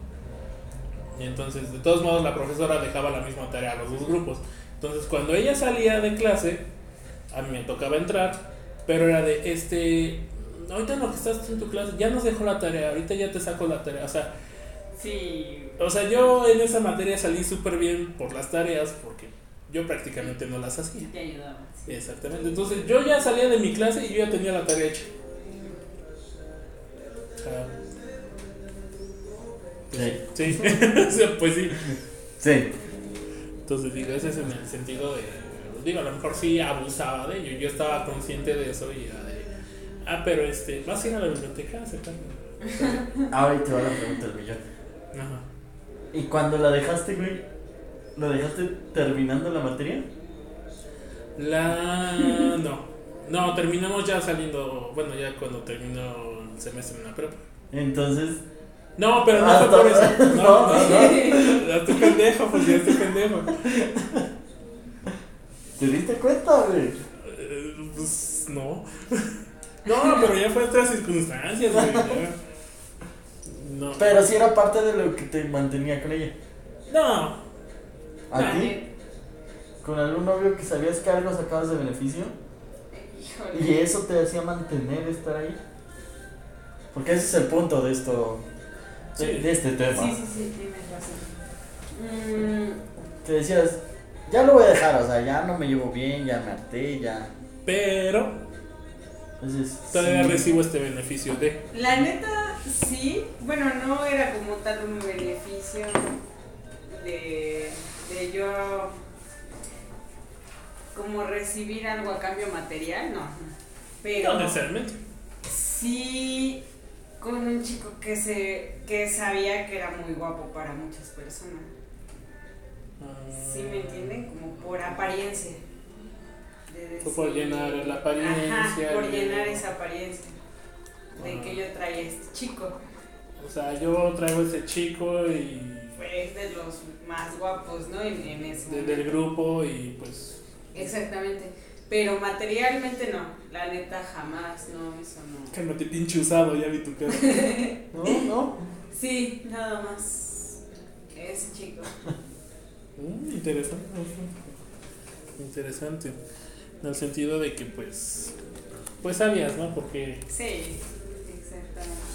S1: Y entonces, de todos modos, la profesora dejaba la misma tarea a los dos grupos. Entonces, cuando ella salía de clase, a mí me tocaba entrar, pero era de este. Ahorita en lo que estás en tu clase, ya nos dejó la tarea, ahorita ya te saco la tarea. O sea,
S3: Sí.
S1: o sea, yo en esa materia salí súper bien por las tareas porque yo prácticamente no las hacía.
S3: Te ayudaba. sí.
S1: Exactamente. Entonces yo ya salía de mi clase y yo ya tenía la tarea hecha. O sea,
S2: Sí.
S1: sí, O sea, pues sí.
S2: Sí.
S1: Entonces digo, ese es en el sentido de, digo, a lo mejor sí abusaba de ello, yo estaba consciente de eso y era de, ah, pero este, vas a ir a la biblioteca a aceptar.
S2: Ahora ahí te va la pregunta del millón.
S1: Ajá.
S2: ¿Y cuando la dejaste, güey? ¿La dejaste terminando la materia?
S1: La... No, no, terminamos ya saliendo, bueno, ya cuando terminó el semestre en la prepa.
S2: Entonces,
S1: No, pero no
S2: Ah,
S1: fue por
S2: no.
S1: eso. No,
S2: No,
S1: no, no. Ya estoy pendejo, pues ya estoy pendejo.
S2: ¿te diste cuenta, güey?
S1: Eh, pues no. No, pero ya fue otras circunstancias, güey. ya. No.
S2: Pero sí era parte de lo que te mantenía con ella.
S1: No.
S2: ¿A ti?
S3: Vale.
S2: ¿Con algún novio que sabías que algo sacabas de beneficio?
S3: Híjole.
S2: Y eso te hacía mantener estar ahí. Porque ese es el punto de esto. De,
S1: Sí.
S2: de este tema.
S3: Sí, sí, sí, tienes razón. Mm,
S2: Que decías, ya lo voy a dejar, o sea, ya no me llevo bien, ya me harté, ya.
S1: Pero
S2: Entonces,
S1: todavía
S2: sí.
S1: recibo este beneficio de.
S3: la neta, sí. Bueno, no era como tal un beneficio de, de yo como recibir algo a cambio material, no. Pero
S1: No necesariamente.
S3: sí con un chico que se que sabía que era muy guapo para muchas personas. Sí, me entienden, como por apariencia. De
S1: Fue por
S3: decir-
S1: llenar la apariencia,
S3: Ajá, por
S1: el-
S3: llenar esa apariencia de
S1: Ah.
S3: que yo traía este chico.
S1: O sea, yo traigo a este chico y
S3: Pues de los más guapos, ¿no? En, en ese
S1: de-
S3: momento.
S1: del grupo y pues
S3: Exactamente. Pero materialmente no. La neta jamás, no, eso no.
S1: que me te pinche usado, ya vi tu pedo.
S2: No, no.
S3: Sí, nada más. Ese chico.
S1: Mm, interesante. ujú. Interesante. En el sentido de que pues pues sabías, ¿no? Porque
S3: Sí, exactamente.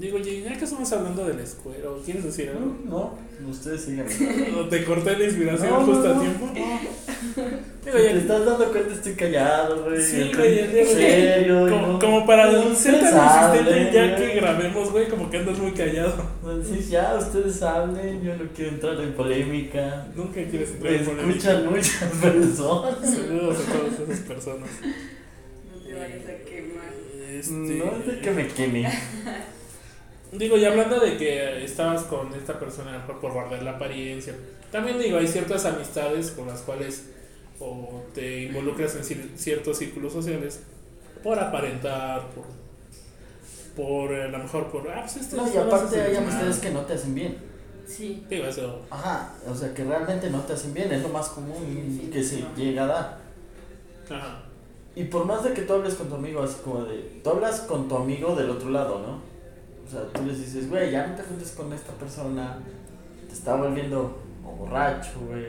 S1: digo, "Oye, ya que estamos hablando de la escuela, ¿o ¿quieres decir algo?
S2: No, no, ustedes síganme.
S1: ¿O ¿Te corté la inspiración
S2: No, no,
S1: justo a
S2: no,
S1: tiempo?
S2: no.
S1: Digo,
S2: Si
S1: ya-
S2: te estás dando cuenta, estoy callado, güey.
S1: Sí,
S2: Estoy
S1: güey, ya- ya-
S2: serio.
S1: como,
S2: ¿no?
S1: como para
S2: Estoy
S1: ser tan
S2: pesado,
S1: insistente ya que
S2: güey.
S1: grabemos, güey, como que andas muy callado.
S2: Sí, ya, ustedes hablen, yo no quiero entrar en polémica.
S1: Nunca quieres entrar
S2: Me
S1: en polémica.
S2: escuchan muchas personas.
S1: Saludos a todas esas personas.
S3: No te vayas a quemar.
S1: Este,
S2: No es de que me queme.
S1: Digo, y hablando de que estabas con esta persona a lo mejor por guardar la apariencia, también digo, hay ciertas amistades con las cuales o te involucras en cir- ciertos círculos sociales por aparentar, por, por eh, a lo mejor por... Ah, pues este
S2: No, y
S1: no
S2: aparte
S1: hace
S2: hay
S1: nada.
S2: amistades que no te hacen bien.
S3: Sí.
S1: Digo, eso,
S2: Ajá, o sea, que realmente no te hacen bien, es lo más común que se llega a dar.
S1: ajá.
S2: Y por más de que tú hables con tu amigo, así como de. Tú hablas con tu amigo del otro lado, ¿no? O sea, tú les dices, güey, ya no te juntes con esta persona, te está volviendo o borracho, güey,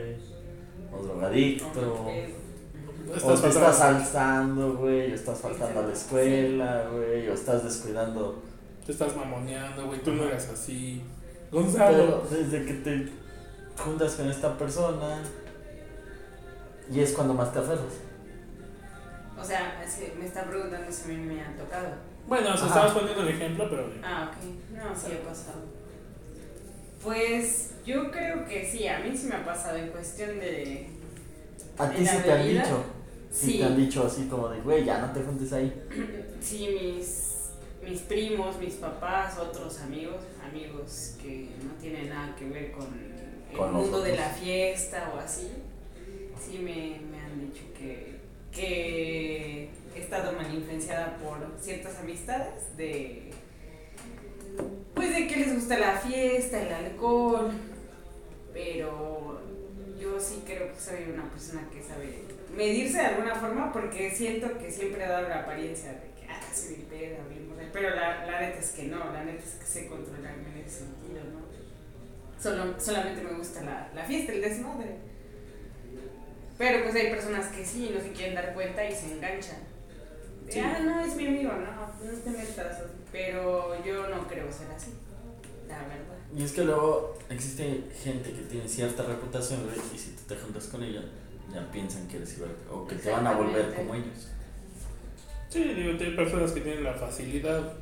S2: o drogadicto. O te
S1: pasando-
S2: estás alzando, güey, o estás faltando a la escuela, güey, o estás descuidando.
S1: Te estás mamoneando, güey, tú no eras así. Gonzalo.
S2: Pero desde que te juntas con esta persona, y es cuando más te aferras.
S3: O sea, es que me está preguntando si a mí me han tocado.
S1: Bueno, o sea,
S2: Ajá.
S1: estabas poniendo el ejemplo, pero...
S3: Ah, ok. No, sí ha pasado. Pues yo creo que sí, a mí sí me ha pasado en cuestión de...
S2: A
S3: ¿De
S2: ti
S3: la
S2: sí te han
S3: bebida?
S2: dicho. Sí.
S3: Sí.
S2: te han dicho así como de, güey, ya no te juntes ahí.
S3: Sí, mis, mis primos, mis papás, otros amigos, amigos que no tienen nada que ver con el
S2: Con
S3: mundo
S2: nosotros.
S3: de la fiesta o así, sí me, me han dicho que, que he estado mal influenciada por ciertas amistades de... Pues de que les gusta la fiesta, el alcohol, pero yo sí creo que soy una persona que sabe medirse de alguna forma porque siento que siempre ha dado la apariencia de que, ah, soy bien peda, bien borracha. Pero la, la neta es que no, la neta es que sé controlarme en ese sentido, ¿no? Solo, solamente me gusta la, la fiesta, el desmadre. Pero pues hay personas que sí, no se quieren dar cuenta y se enganchan. De,
S1: Sí.
S3: Ah, no, es mi amigo, no, no te metas. Pero yo no creo ser así, la verdad.
S2: Y es que luego existe gente que tiene cierta reputación, güey, y si tú te juntas con ella, ya piensan que eres igual, o que te van a volver
S3: Exactamente.
S2: como ellos.
S1: Sí, digo, hay personas que tienen la facilidad,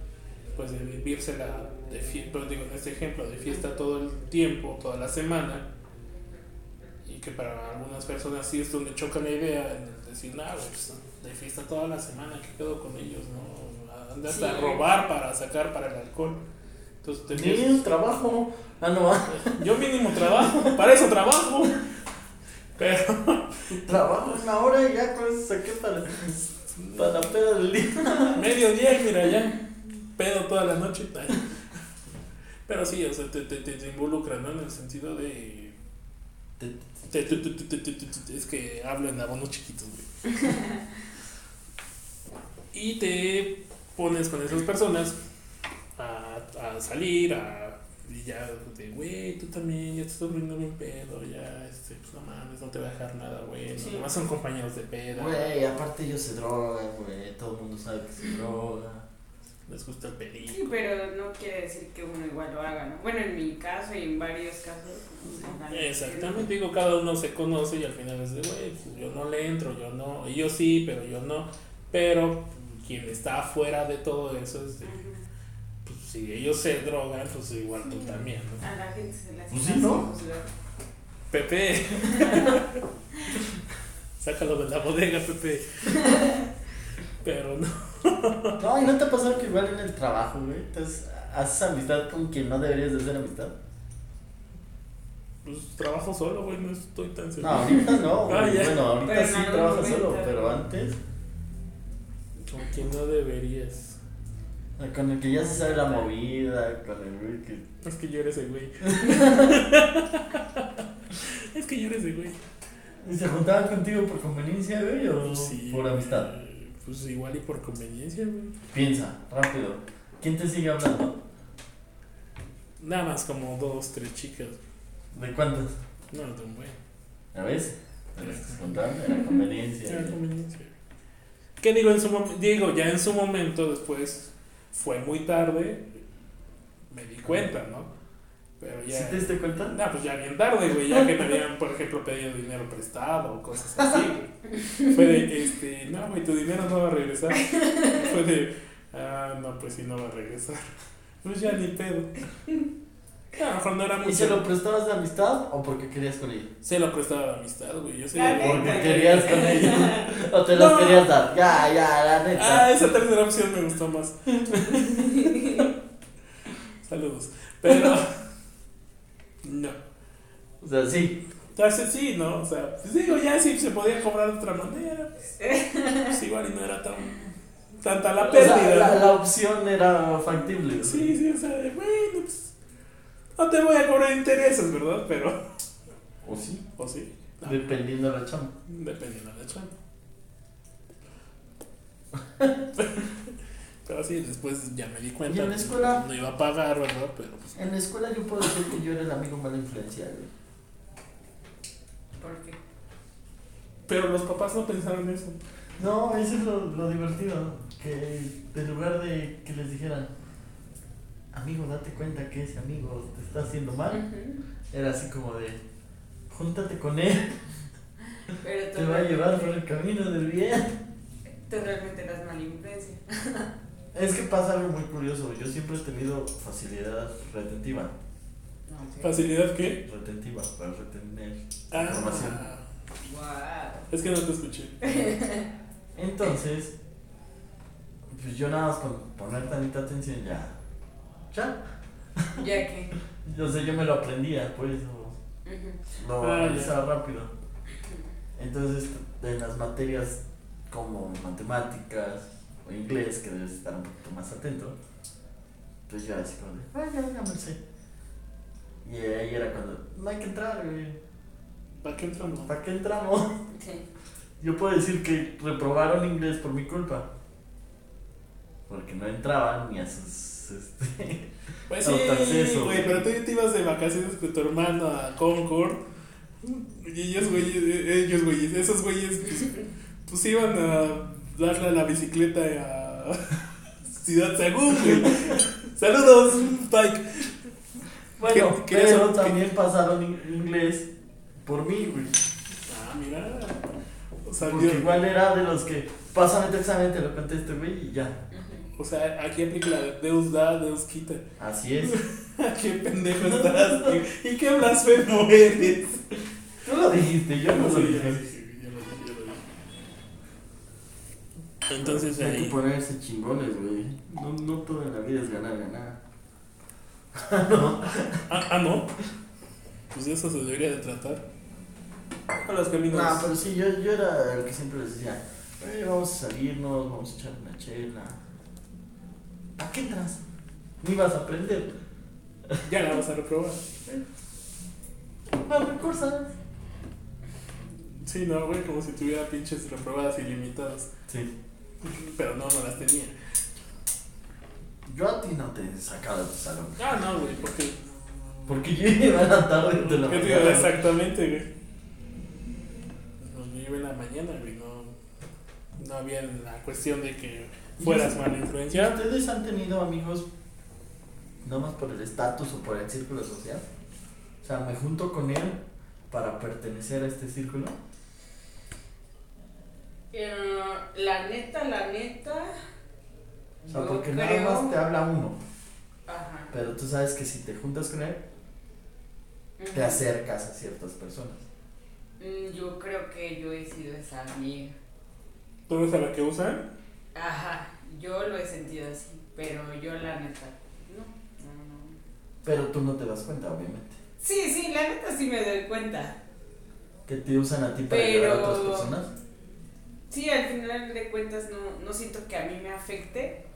S1: pues, de vivírsela, de fie- pues, digo, en este ejemplo, de fiesta todo el tiempo, toda la semana, y que para algunas personas sí es donde choca la idea, en el decir, nada, pues, de fiesta toda la semana, ¿qué pedo con ellos, no? Andas
S3: Sí.
S1: a robar para sacar para el alcohol. Entonces, te
S2: Ni
S1: piensas,
S2: un trabajo, ah, no, va,
S1: yo mínimo trabajo, para eso trabajo. Pero,
S2: trabajo una hora y ya con eso saqué para, para la peda del día.
S1: Mediodía, y mira, ya. Pedo toda la noche. tal. Pero sí, o sea, te, te, te, te involucra, ¿no? En el sentido de.
S2: Te-
S1: te- te- te- te- te- te- te- te- es que hablan de abonos chiquitos, güey. Y te pones con esas personas a, a salir, a. Y ya, de, güey, tú también, ya te estás poniendo bien pedo, ya, este, pues no mames, no te va a dejar nada, güey.
S3: Sí.
S1: Nomás son compañeros de peda,
S2: Güey, aparte ellos se drogan, güey, todo el mundo sabe que se droga.
S1: les gusta el pelín.
S3: Sí, pero no quiere decir que uno igual lo haga, ¿no? Bueno, en mi caso y en varios casos. pues, la neta es que no.
S1: Exactamente, digo, cada uno se conoce y al final es de, güey, pues, yo no le entro, yo no, y yo sí, pero yo no, pero quien está afuera de todo eso es de,
S3: Ajá.
S1: pues, si ellos se drogan, pues igual tú
S3: Sí.
S1: también, ¿no?
S3: A la gente se le hace
S2: Pues sí,
S3: fácil
S2: ¿no?
S3: juzgar.
S1: Pepe, sácalo de la bodega, Pepe. Pero no,
S2: No, ¿y no te ha pasado que igual en el trabajo, güey, entonces haces amistad con quien no deberías de hacer amistad?
S1: pues trabajo solo, güey, no estoy tan
S2: No,
S1: seguro.
S2: ahorita no, güey.
S1: Ah, ya.
S2: bueno, ahorita
S3: Pero en
S2: sí
S3: algún
S2: trabajas solo,
S3: momento.
S2: pero antes,
S1: Con quien no deberías.
S2: eh, con el que ya se sabe la movida, con el güey que...
S1: Es que yo eres el güey. es que yo eres el güey.
S2: ¿Y se juntaban contigo por conveniencia, güey, o
S1: Sí,
S2: por amistad?
S1: eh, Pues igual y por conveniencia, güey.
S2: Piensa, rápido, ¿quién te sigue hablando?
S1: Nada más como dos, tres chicas.
S2: ¿De cuántas?
S1: No, de un buen.
S2: ¿A veces? Tenías que juntar, era conveniencia.
S1: Era
S2: güey.
S1: conveniencia. ¿Qué digo en su momento? Digo, ya en su momento después fue muy tarde. Me di cuenta, ¿no? Pero
S2: ¿Sí
S1: ya.
S2: te diste cuenta?
S1: No, pues ya bien tarde, güey, ya que me habían, por ejemplo, pedido dinero prestado o cosas así. güey. Fue de, este, no, güey, tu dinero no va a regresar. Fue de, ah, no, pues sí, no va a regresar. Pues ya ni pedo. A lo mejor no era
S2: ¿Y
S1: mucho.
S2: se lo prestabas de amistad o porque querías con ella?
S1: Se lo prestaba la amistad, güey. Yo
S3: La
S1: sé.
S3: neta.
S2: Porque querías con ella. ¿O te las
S1: No.
S2: querías dar? Ya, ya, la neta.
S1: Ah, esa tercera opción me gustó más. Saludos. Pero. No.
S2: O sea, sí.
S1: Entonces sí, ¿no? O sea, pues digo, ya sí se podía cobrar de otra manera. Pues, pues igual y no era tan. tanta la
S2: Eh. O sea,
S1: pérdida.
S2: la, la opción era factible. güey.
S1: Sí, sí, o sea, de, bueno, pues. No te voy a cobrar intereses, ¿verdad? Pero.
S2: O sí.
S1: O sí, Ah,
S2: Dependiendo de la chamba.
S1: dependiendo de la chamba. Pero sí, después ya me di cuenta.
S2: ¿Y en la
S1: pues,
S2: escuela?
S1: No iba a pagar, ¿verdad? Pero pues.
S2: En la escuela yo puedo decir que yo era el amigo mal influenciado. güey.
S3: Porque
S1: Pero los papás no pensaron eso.
S2: No, eso es lo, lo divertido. Que en lugar de que les dijeran, amigo, date cuenta que ese amigo te está haciendo mal, era así como de, júntate con él,
S3: Pero
S2: te
S3: tú,
S2: va a llevar por el camino del bien.
S3: tú realmente eras mala influencia.
S2: Es que pasa algo muy curioso. Yo siempre he tenido facilidad retentiva.
S3: No,
S1: ¿Facilidad qué?
S2: Retentiva, para retener información.
S1: Ah,
S3: Wow.
S1: es que no te escuché.
S2: Entonces, pues yo nada más con poner tanta atención ya. Ya.
S3: Ya que.
S2: Yo sé, yo me lo aprendía, pues. o-
S3: ujú.
S2: Lo
S1: Ah, ya.
S2: analizaba rápido. Entonces, en las materias como matemáticas o inglés, que debes estar un poquito más atento, pues yo era así como de, ah, ya, ya me lo sé. Y ahí era cuando, no hay que entrar, güey.
S1: ¿Para qué entramos?
S2: ¿Para qué entramos?
S3: Sí.
S2: Yo puedo decir que reprobaron inglés por mi culpa. Porque no entraban ni a sus. Este,
S1: Pues
S2: No, tan
S1: sí,
S2: seso.
S1: güey, pero tú ya te ibas de vacaciones con tu hermano a Concord. Y ellos, güeyes, eh, ellos, güeyes, esos güeyes, pues, pues iban a darle a la bicicleta a Ciudad Sagún, güey. Saludos, Mike. ¿Qué-
S2: bueno,
S1: qué
S2: pero
S1: es-
S2: también pasaron in- inglés por mí, güey.
S1: Ah, mira. O sea,
S2: Porque
S1: yo-
S2: igual era de los que pasan el examen, te lo contesto, güey, y ya.
S3: ujú.
S1: o sea, aquí aplica la de Deus da, Deus quita.
S2: Así es.
S1: qué pendejo estás, güey. Y qué blasfemo eres.
S2: Tú lo dijiste, yo no lo
S1: Sí, ya lo
S2: dije.
S1: dije, ya lo dije, ya lo dije. Entonces
S2: Hay que
S1: ahí.
S2: ponerse chingones, güey. No, no todo en la vida es ganar, ganar. no.
S1: Ah, ah, no. Pues de eso se debería de tratar. A los caminos.
S2: No, pero Ah, pues sí, yo, yo era el que siempre les decía, "Eh, vamos a salirnos, vamos a echar una chela. ¿Para qué entras? Ni vas a aprender.
S1: Ya la vas a reprobar.
S2: No, mejor sal.
S1: Sí, no, güey, como si tuviera pinches reprobadas ilimitadas.
S2: Sí.
S1: Pero no, no las tenía.
S2: Yo a ti no te sacaba de tu salón.
S1: Ah, no, güey, porque.
S2: Porque yo iba a la tarde y te la
S1: ¿Qué te iba a dar
S2: mañana.
S1: exactamente, güey? Pues yo iba en la mañana, güey, no. No había la cuestión de que fueras mala influencia.
S2: ¿Ustedes han tenido amigos nada más por el estatus o por el círculo social? O sea, me junto con él para pertenecer a este círculo.
S3: Eh, la neta, la neta.
S2: O sea,
S3: yo
S2: porque
S3: creo-
S2: nada más te habla uno.
S3: Ajá.
S2: Pero tú sabes que si te juntas con él, te
S3: Ujú.
S2: acercas a ciertas personas.
S3: Mm, Yo creo que yo he sido esa amiga.
S1: ¿Tú eres a la que usan?
S3: Ajá, yo lo he sentido así, pero yo la neta, no, no, no.
S2: Pero tú no te das cuenta, obviamente.
S3: Sí, sí, la neta sí me doy cuenta.
S2: Que te usan a ti para
S3: Pero-
S2: llegar a otras personas.
S3: Sí, al final de cuentas no, no siento que a mí me afecte,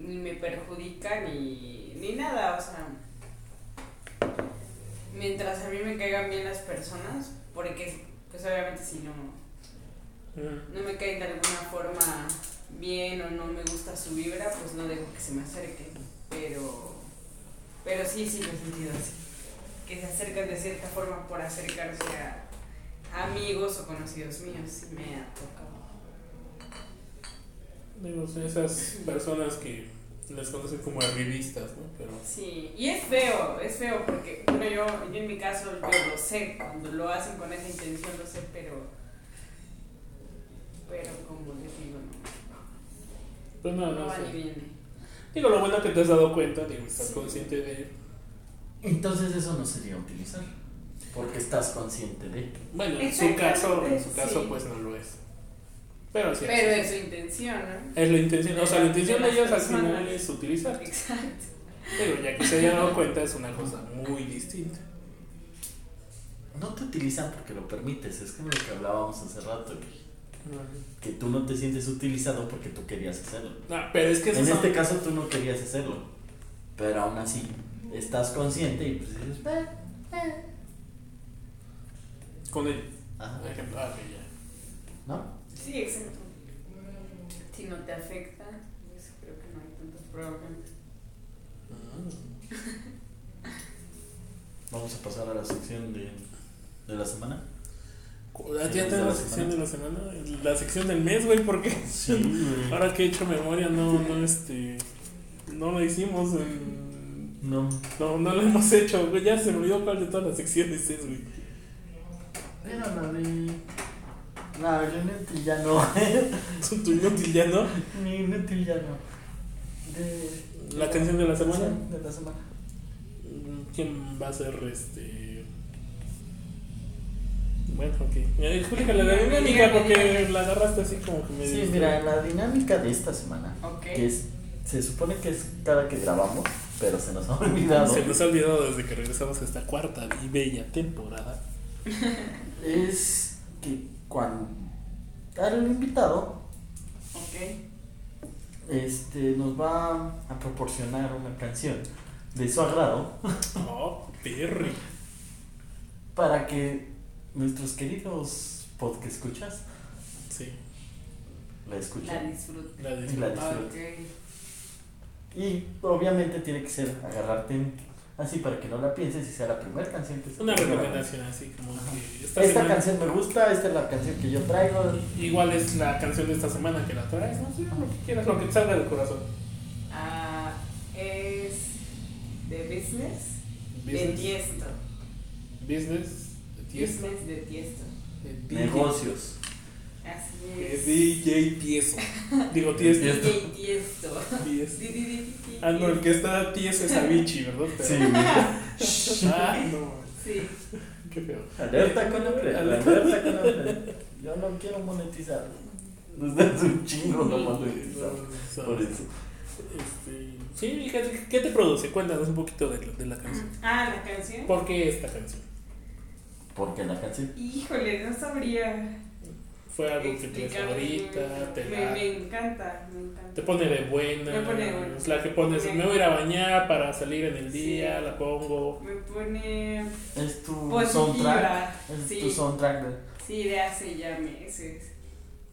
S3: ni me perjudica, ni, ni nada, o sea. Mientras a mí me caigan bien las personas, porque pues obviamente si no, no me caen de alguna forma bien o no me gusta su vibra, pues no dejo que se me acerque. Pero, pero sí, sí lo he sentido así. Que se acercan de cierta forma por acercarse a amigos o conocidos míos. sí Me ha tocado.
S1: Digo, son esas personas que les conocen como arribistas, ¿no? Pero
S3: Sí, y es feo, es feo porque, bueno, yo, yo en mi caso yo lo sé, cuando lo hacen con esa intención lo sé, pero, pero como les digo,
S1: pues
S3: no,
S1: no,
S3: no
S1: no
S3: va
S1: sé.
S3: ni viene.
S1: Digo, lo bueno que te has dado cuenta, digo, estás consciente de.
S2: Entonces eso no sería utilizar. Porque estás consciente de.
S1: Bueno, en su caso, en su caso,
S3: Sí.
S1: pues no lo es. Pero sí.
S3: Pero es su intención, ¿no?
S1: es la intención, o sea, la intención de
S3: De las
S1: ellos al
S3: personas.
S1: final es utilizar.
S3: Exacto.
S1: Pero ya que se hayan dado cuenta, es una cosa muy distinta.
S2: No te utilizan porque lo permites. Es como lo que hablábamos hace rato. Que, que tú no te sientes utilizado porque tú querías hacerlo.
S1: No, Ah, pero es que eso
S2: En este caso tú no querías hacerlo. Pero aún así, estás consciente y pues dices, "Ve".
S1: con el
S2: Ajá,
S1: por ejemplo, ah, ok, ya.
S2: ¿no?
S3: Sí, exacto. Si no te afecta, pues creo que no hay tantos problemas.
S2: Vamos a pasar a la sección de, de la semana. Mm.
S1: Ah, Ya tengo la sección de la semana, la sección del mes, güey, porque
S2: Sí,
S1: ahora que he hecho memoria, no, no, este, no lo hicimos, en-
S2: No.
S1: no, no lo hemos hecho, güey, ya se me olvidó cuál de todas las secciones es, güey.
S2: Era la de. La inútil ya no.
S1: Es un inútil ya, ¿no?
S2: Ni inútil ya no. De.
S1: La canción de la semana.
S2: De la semana.
S1: ¿Quién va a ser este? Bueno, ok. Eh, Explícale la dinámica porque la agarraste así como que este, me
S2: Sí,
S1: dijiste. ¿Eh?
S2: mira, la dinámica de esta semana.
S3: Ok.
S2: Que es. Se supone que es cada que grabamos, pero se nos ha olvidado.
S1: Se nos ha olvidado desde que regresamos a esta cuarta y bella temporada.
S2: Es que cuando. Al invitado
S3: Ok.
S2: este, nos va a proporcionar una canción de su agrado
S1: Oh, Perry.
S2: para que nuestros queridos pod que escuchas
S1: Sí,
S2: la
S3: La
S2: escuchen.
S3: disfruto.
S1: Pues la de
S2: La de-
S3: Ok.
S2: Y obviamente tiene que ser agarrarte en- así para que no la pienses y sea la primera canción que se
S1: Una
S2: te ocurra.
S1: recomendación así como que esta,
S2: Esta
S1: semana-
S2: canción me gusta, esta es la canción que yo traigo.
S1: Igual es la canción de esta semana que la traes, no sé, lo que quieras, lo que te salga del corazón.
S3: Ah, es de business, de
S1: Business.
S3: tiesto.
S1: Business. Tiesto.
S3: Business de tiesto.
S1: DJ.
S2: Negocios.
S3: Así
S1: Eh,
S3: es.
S1: DJ Tieso. Digo, Tiesto.
S3: DJ tiesto.
S1: Tiesto.
S3: Di, di, di, di, di,
S1: Ah, no, el que está tieso es Avicii, ¿verdad? Pero-
S2: Sí.
S1: Ah, no,
S3: Sí.
S1: qué feo.
S2: Alerta con hombre. Alerta con hombre. Yo no quiero monetizar. Ustedes un chingo no monetizar. Por eso.
S1: Este, sí, fíjate, ¿qué te produce? Cuéntanos un poquito de, de la canción.
S3: Ah, la canción.
S1: ¿Por qué esta canción?
S2: Porque la canción
S3: Híjole, no sabría
S1: ¿Fue algo que te
S3: explicar.
S1: favorita?
S3: Me,
S1: ¿Te, la-
S3: me encanta, me encanta.
S1: te pone de buena?
S3: Me pone de buena.
S1: Es la que pones,
S3: Me-
S1: me voy a ir a bañar para salir en el
S3: Sí.
S1: día, la pongo.
S3: Me pone
S2: es tu soundtrack.
S3: positiva.
S2: Es tu
S3: Pues Sí,
S2: soundtrack. de-
S3: sí, de hace ya meses.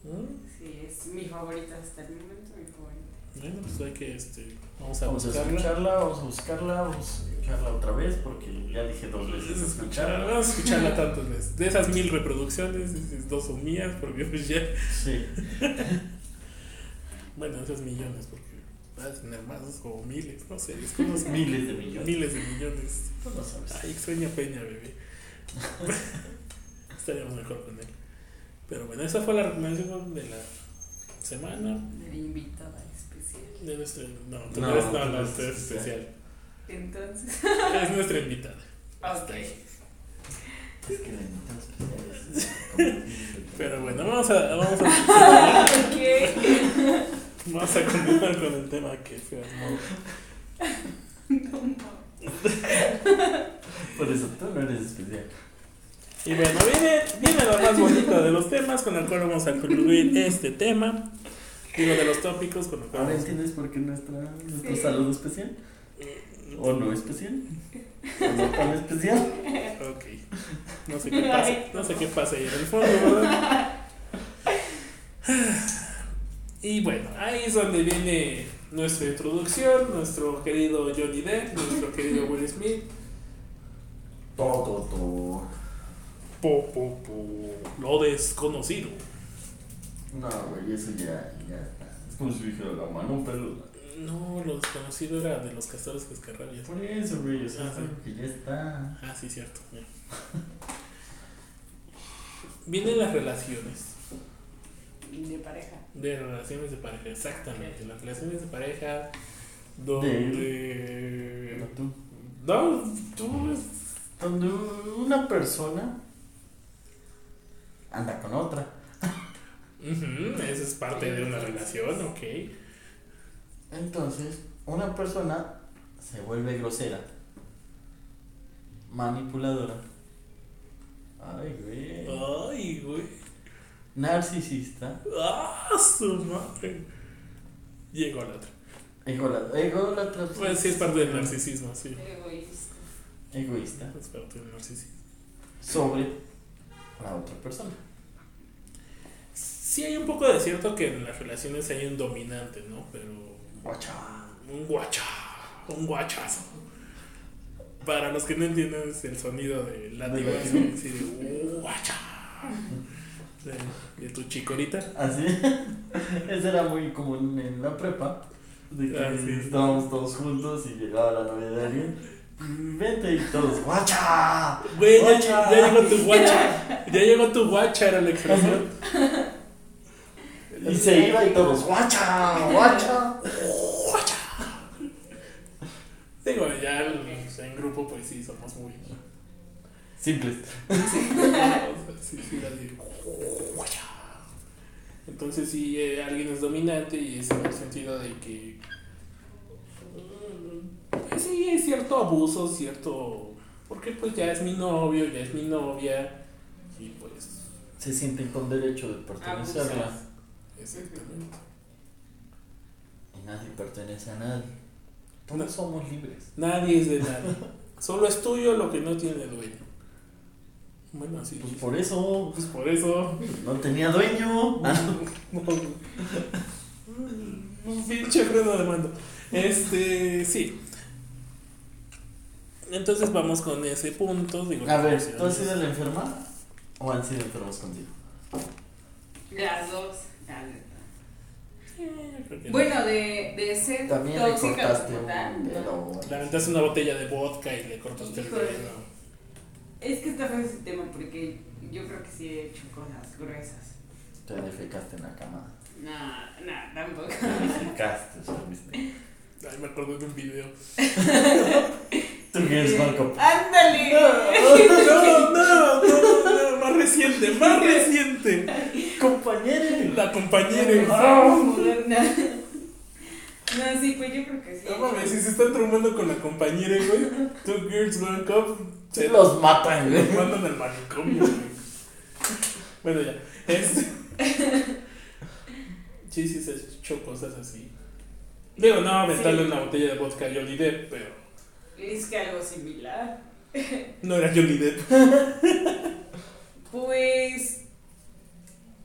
S1: Mm,
S3: Sí, es mi favorita hasta el momento, mi favorita.
S1: Bueno, pues hay que, este, vamos a
S2: Vamos a
S1: buscarla.
S2: escucharla, vamos a buscarla, vamos a escucharla otra vez porque ya dije dos
S1: Pues,
S2: veces escucharla.
S1: Vamos a escucharla tantas veces. De esas mil reproducciones, esas dos son mías, porque pues ya.
S2: Sí.
S1: Bueno, esos millones, porque vas a tener más o miles, no sé, desconozco.
S2: Miles de millones.
S1: Miles de millones.
S2: Tú no sabes.
S1: Ay, extraña Peña, bebé. Estaríamos mejor con él. Pero bueno, esa fue la recomendación de la semana.
S3: De la invitada especial.
S1: De nuestra. No, tú
S2: No,
S1: no eres
S2: tú
S1: no,
S2: no
S1: no,
S2: eres
S1: tú eres especial.
S3: Entonces,
S1: Es nuestra invitada.
S2: Ah,
S3: ok.
S2: Es que la mitad especial es-
S1: Pero bueno, vamos a, vamos a,
S3: Ok.
S1: vamos a continuar con el tema que fue. ¿no?
S2: Por eso tú no eres especial.
S1: Y bueno, viene, viene lo más bonito de los temas con el cual vamos a concluir este tema. Digo, de los tópicos con el cual
S2: Ahora
S1: vamos a
S2: entiendes por qué nuestra, nuestro
S3: Sí.
S2: saludo especial.
S1: eh,
S2: O no especial. O no tan especial.
S1: Ok. No sé qué pasa, no sé qué pasa ahí en el fondo, ¿verdad? Y bueno, ahí es donde viene nuestra introducción, nuestro querido Johnny Depp, nuestro querido Will Smith.
S2: Todo, todo.
S1: Po, po, po, Lo desconocido.
S2: No, güey, eso ya, ya está. Es como si dijera la mano peluda.
S1: No, lo desconocido era de los castores cascarrabias.
S2: Por eso, güey, o sea, es
S1: Ajá.
S2: algo que ya está.
S1: Ah, sí, cierto. mira. Vienen las relaciones.
S3: de pareja.
S1: De relaciones de pareja, exactamente. Las relaciones de pareja donde...
S2: Pero tú-
S1: No, tú es
S2: Donde una persona anda con otra.
S1: Ujú, Esa es parte de una relación, ok.
S2: Entonces, una persona se vuelve grosera, manipuladora. Ay, güey.
S1: Ay, güey.
S2: Narcisista.
S1: ¡Ah, su madre! Llegó la otra.
S2: Ególatra. Ególatra.
S1: Pues sí, es parte del narcisismo, sí.
S3: Egoísta.
S2: Egoísta.
S1: Es parte del narcisismo.
S2: Sobre la otra persona.
S1: Sí, hay un poco de cierto que en las relaciones hay un dominante, ¿no? Pero
S2: Guacha.
S1: un guacha, un guachazo. Para los que no entienden es el sonido de látigo,
S2: De
S1: así
S2: látigo.
S1: así de "Uh, guacha. De, de tu chicorita.
S2: Así. Eso era muy común en la prepa. De que
S1: Ah, sí.
S2: estábamos todos juntos y llegaba la novia de alguien. Vente y todos, guacha.
S1: Güey, ya,
S2: Guacha.
S1: ya llegó tu guacha. Ya llegó tu guacha, era la expresión.
S2: Y se iba y todos, guacha, guacha.
S1: Digo, ya el- o sea, en grupo, pues sí, somos muy.
S2: Simples.
S1: Sí, sí, era de- Entonces, si eh, alguien es dominante y es en el sentido de que. mm, Pues sí, hay cierto abuso, cierto. Porque pues ya es mi novio, ya es mi novia. Y pues.
S2: Se sienten con derecho de pertenecerla.
S3: Abusas.
S1: Exactamente.
S2: Y nadie pertenece a nadie. pues, Todos somos libres.
S1: Nadie es de nadie. Solo es tuyo lo que no tiene dueño. Bueno, así.
S2: Pues por eso
S1: Pues por eso.
S2: no tenía dueño.
S1: Un pinche freno de mando. Este, sí. Entonces vamos con ese punto. Digo,
S2: A ver, ¿tú has sido la enferma? ¿O han sido enfermos contigo?
S3: Las dos. la neta.
S1: Eh, creo que no.
S3: Bueno, de, de ser
S2: También le
S3: tóxica
S2: cortaste
S3: como
S2: un
S3: tal, no.
S2: dedo.
S1: Le aventaste una botella de vodka y le cortaste el
S3: Híjole.
S1: dedo.
S3: Es que está feo ese tema porque yo creo que sí he hecho cosas gruesas.
S2: Te defecaste en la cama.
S3: No, no, tampoco.
S2: Te defecaste, ¿sabes?
S1: Ay, me acuerdo de un video.
S2: Tú que eres banco.
S3: ¡Ándale!
S1: No, no, no, no, no, más reciente, más reciente.
S2: Compañero.
S1: La compañera.
S3: Moderna. No, sí, pues yo creo que sí.
S1: No mames, si se están traumando con la compañera, güey. Two girls, one cup. se-
S2: Los matan, ¿eh?
S1: Los
S2: güey.
S1: mandan al manicomio, güey. Bueno, ya. Este... Sí, sí, se han hecho cosas así. Digo, no, aventarle
S3: Sí.
S1: una botella de vodka a Johnny Depp, pero
S3: Es que algo similar.
S1: no era Johnny Depp.
S3: Pues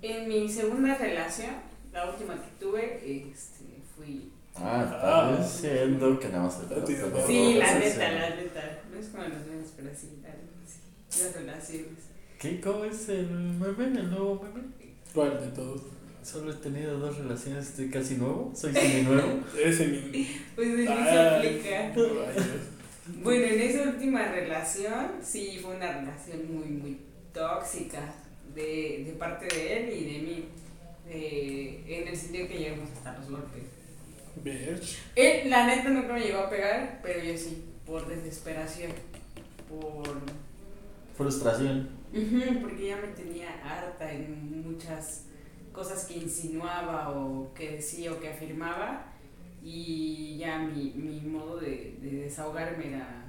S3: en mi segunda relación, la última que tuve, este, fui.
S2: Ah, está diciendo que nada más se
S1: Ah, tío,
S2: trata de
S3: Sí, la
S2: cosas,
S3: neta,
S2: ¿no?
S3: la neta. No es como los memes, pero sí, la neta, sí. Las relaciones.
S2: ¿Qué? ¿Cómo es el meme? ¿El nuevo meme?
S1: ¿Cuál de todos?
S2: Solo he tenido dos relaciones, estoy casi nuevo, soy semi nuevo.
S1: Ese Ah, mi.
S3: Pues en eso
S1: Ay,
S3: aplica.
S1: no, ay, Dios.
S3: Bueno, en esa última relación, sí, fue una relación muy, muy tóxica de, de parte de él y de mí. De- en el sentido que llegamos hasta los golpes.
S1: Bitch.
S3: Él, la neta, nunca me llegó a pegar, pero yo sí, por desesperación. Por.
S2: Frustración.
S3: Ujú, Porque ya me tenía harta en muchas cosas que insinuaba o que decía o que afirmaba. Y ya mi, mi modo de, de desahogarme era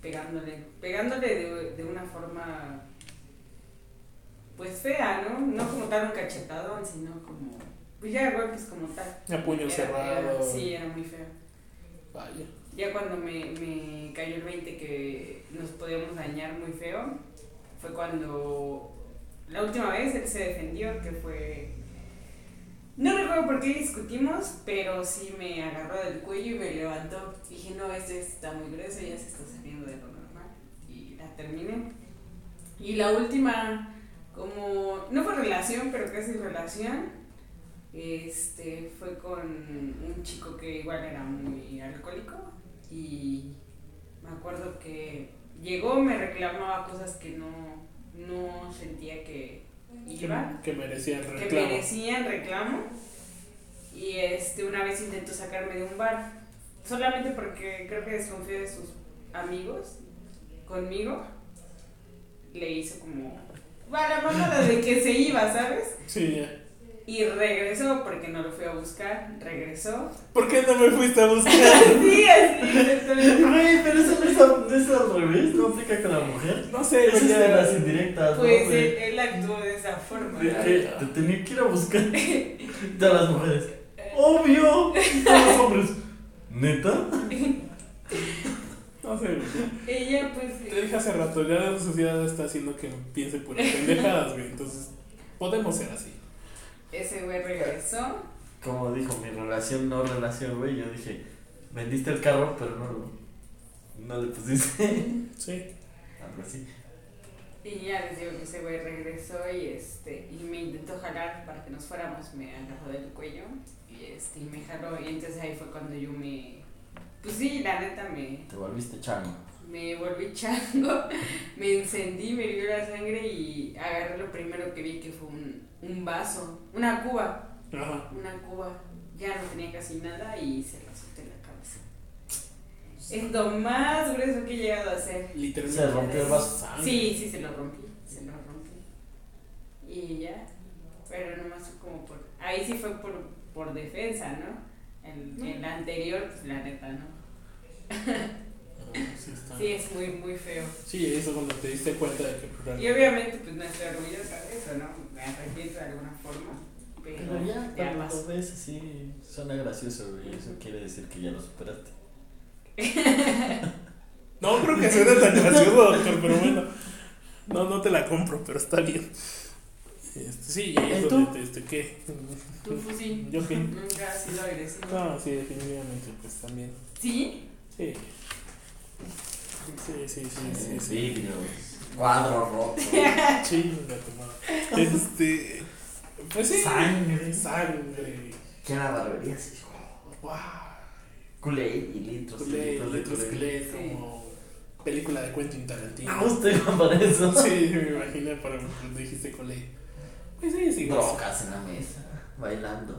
S3: pegándole. Pegándole de, de una forma. Pues fea, ¿no? No como tal un cachetadón, sino como. Pues ya golpes como tal.
S1: A puño
S3: Era- era-
S1: cerrado.
S3: sí, era muy feo.
S1: Vaya.
S3: Ya cuando me, me cayó el 20 que nos podíamos dañar muy feo, fue cuando la última vez él se defendió, que fue... No recuerdo por qué discutimos, pero sí me agarró del cuello y me levantó. Dije, no, este está muy grueso, ya se está saliendo de lo normal. Y la terminé. Y la última, como, no fue relación, pero casi relación, este, fue con un chico que igual era muy alcohólico y me acuerdo que llegó, me reclamaba cosas que no, no sentía que
S1: Que,
S3: iba,
S1: que merecía el
S3: que
S1: reclamo.
S3: merecían reclamo y este, una vez intentó sacarme de un bar, solamente porque creo que desconfió de sus amigos conmigo, le hizo como... Va la mamada de que se iba, ¿sabes?
S1: Sí, ya.
S3: Y regresó porque no lo fui a buscar, regresó.
S1: ¿Por qué no me fuiste a buscar?
S3: Sí, así, exactamente.
S2: Güey, pero eso no es, al- no es al revés, no aplica con la mujer.
S1: No sé,
S2: Eso
S1: güey,
S2: es de
S1: ya.
S2: las indirectas, ¿no,
S3: Pues
S2: güey?
S3: él, él actuó de esa forma.
S2: De que te tenía que ir a buscar
S3: Eh,
S2: de las mujeres. Obvio, a los hombres. ¿Neta?
S1: No sé, güey.
S3: Ella pues
S1: Te dije hace rato, ya la sociedad está haciendo que piense puras pendejadas, güey. Entonces, podemos ser así.
S3: ese güey regresó.
S2: Como dijo mi relación, no relación, güey. Yo dije, vendiste el carro, pero no lo. No le pusiste.
S1: Sí.
S2: Algo así.
S3: Y ya les digo que ese güey regresó y este y me intentó jalar para que nos fuéramos, me agarró del cuello y este y me jaló y entonces ahí fue cuando yo me pues sí, la neta me
S2: Te volviste chango.
S3: Me volví chango, me encendí, me vio la sangre y agarré lo primero que vi que fue un, un vaso, una cuba,
S1: Ajá.
S3: una cuba. Ya no tenía casi nada y se la solté en la cabeza. Es lo más grueso que he llegado a hacer.
S1: Literalmente.
S2: Se rompió el vaso.
S1: Sangre.
S3: Sí, sí, se lo rompí, se lo rompí. Y ya, pero nomás fue como por... Ahí sí fue por, por defensa, ¿no? El, el anterior, pues la neta, ¿no?
S1: Ah, sí, está.
S3: Sí, es muy, muy feo.
S1: Sí, eso cuando te diste cuenta de que. pues,
S3: Y obviamente, pues no estoy orgullosa de eso, ¿no? Me arrepiento de alguna forma, pero,
S2: Pero ya,
S3: ya
S2: cuando
S3: pasó.
S2: lo ves así, suena gracioso, güey. Eso quiere decir que ya lo superaste.
S1: No creo que suene tan gracioso, doctor, pero bueno. No, no te la compro, pero está bien. Este, sí, y
S2: ¿Y
S1: eso
S2: tú?
S1: de- de- este, ¿qué?
S3: ¿Tú, Fusi?
S1: ¿Yo qué?
S3: Nunca has sido agresivo.
S1: No, sí, definitivamente, pues también.
S3: ¿Sí?
S1: Sí. Sí, sí, sí, sí, sí.
S2: Vidrios, cuadro roto,
S1: Chinga tu madre. Este. Pues sí.
S2: Sangre.
S1: Sangre.
S2: ¿Qué era barberías, hijo?
S1: Wow.
S2: Culé y litros y
S1: Culé,
S2: litros de
S1: letras
S2: culé.
S1: culé, como película de Quentin Tarantino.
S2: Ah, usted iba para eso.
S1: Sí, me imaginé, pero dijiste colé. Pues sí, sí.
S2: Brocas en la mesa, bailando.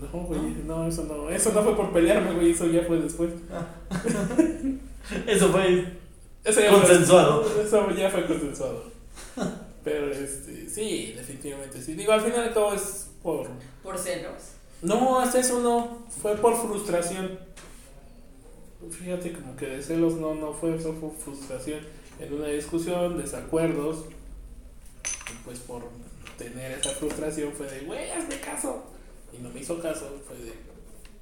S1: pues, No, güey, no, eso no. Eso no fue por pelearme, güey, eso ya fue después.
S2: Eso fue
S1: Eso ya
S2: consensuado.
S1: fue. Eso ya fue consensuado. Pero este, sí, definitivamente sí. Digo, al final todo es por.
S3: ¿Por celos?
S1: No, hasta eso no. Fue por frustración. Fíjate, como que de celos no, no fue, eso fue frustración. En una discusión, desacuerdos. y pues por tener esa frustración fue de, güey, hazme caso. Y no me hizo caso, fue de.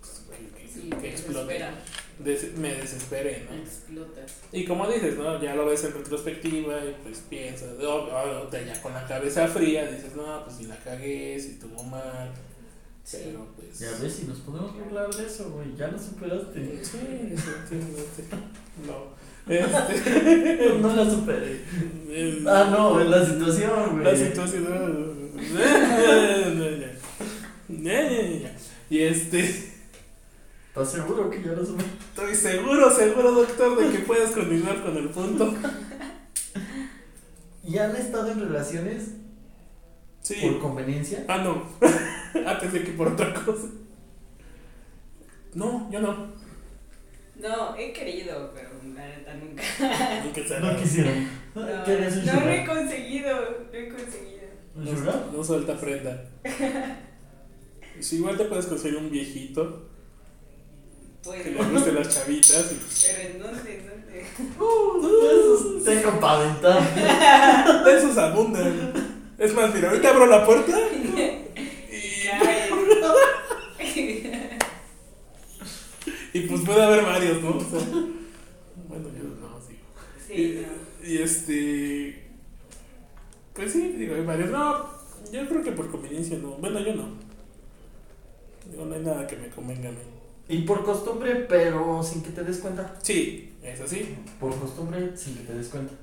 S1: pues, que- que-
S3: Sí,
S1: que
S3: te
S1: exploté.
S3: desespera,
S1: Des- me desesperé, ¿no?
S3: explotas.
S1: Y como dices, ¿no? Ya lo ves en retrospectiva y pues piensas, oh, oh, te- ya con la cabeza fría, dices, no, pues si la cagué, si tuvo mal.
S3: Sí.
S1: Pero pues.
S2: Ya ves, si nos podemos burlar de eso, güey. Ya lo superaste.
S1: Sí, definitivamente. No. Este,
S2: No la superé.
S1: el-
S2: Ah, no, es la situación, güey.
S1: La situación. no, ya. Ya, ya, ya. Y este,
S2: ¿Estás seguro que ya lo superé?
S1: estoy seguro, seguro, doctor, de que puedes continuar con el punto.
S2: ¿Y han estado en relaciones por
S1: Sí.
S2: conveniencia?
S1: Ah, no. Ah, pensé que por otra cosa. No, yo no.
S3: No, he querido, pero la neta nunca.
S1: Ni que sea
S2: No
S1: nada.
S2: quisieron.
S3: No,
S2: ¿Quieres un
S3: no lo he
S2: sugar?
S3: conseguido, no he conseguido.
S2: ¿Un
S1: No-
S2: sugar?
S1: No suelta prenda. Si igual te puedes conseguir un viejito que le
S3: Bueno,
S1: guste las chavitas y
S3: pero ¿en Pues, dónde? ¿En dónde?
S2: Esos Tengo para aventar.
S1: De esos abundan. Es más, mira, ahorita abro la puerta y,
S3: Ay.
S1: y pues puede haber varios, ¿no? O sea, bueno, yo no, sí.
S3: Sí,
S1: Y este. Pues sí, digo, hay varios. No, yo creo que por conveniencia no. Bueno, yo no. Digo, no hay nada que me convenga a mí.
S2: Y por costumbre, pero sin que te des cuenta.
S1: Sí, es así.
S2: Por costumbre, sin que te des cuenta.
S3: no.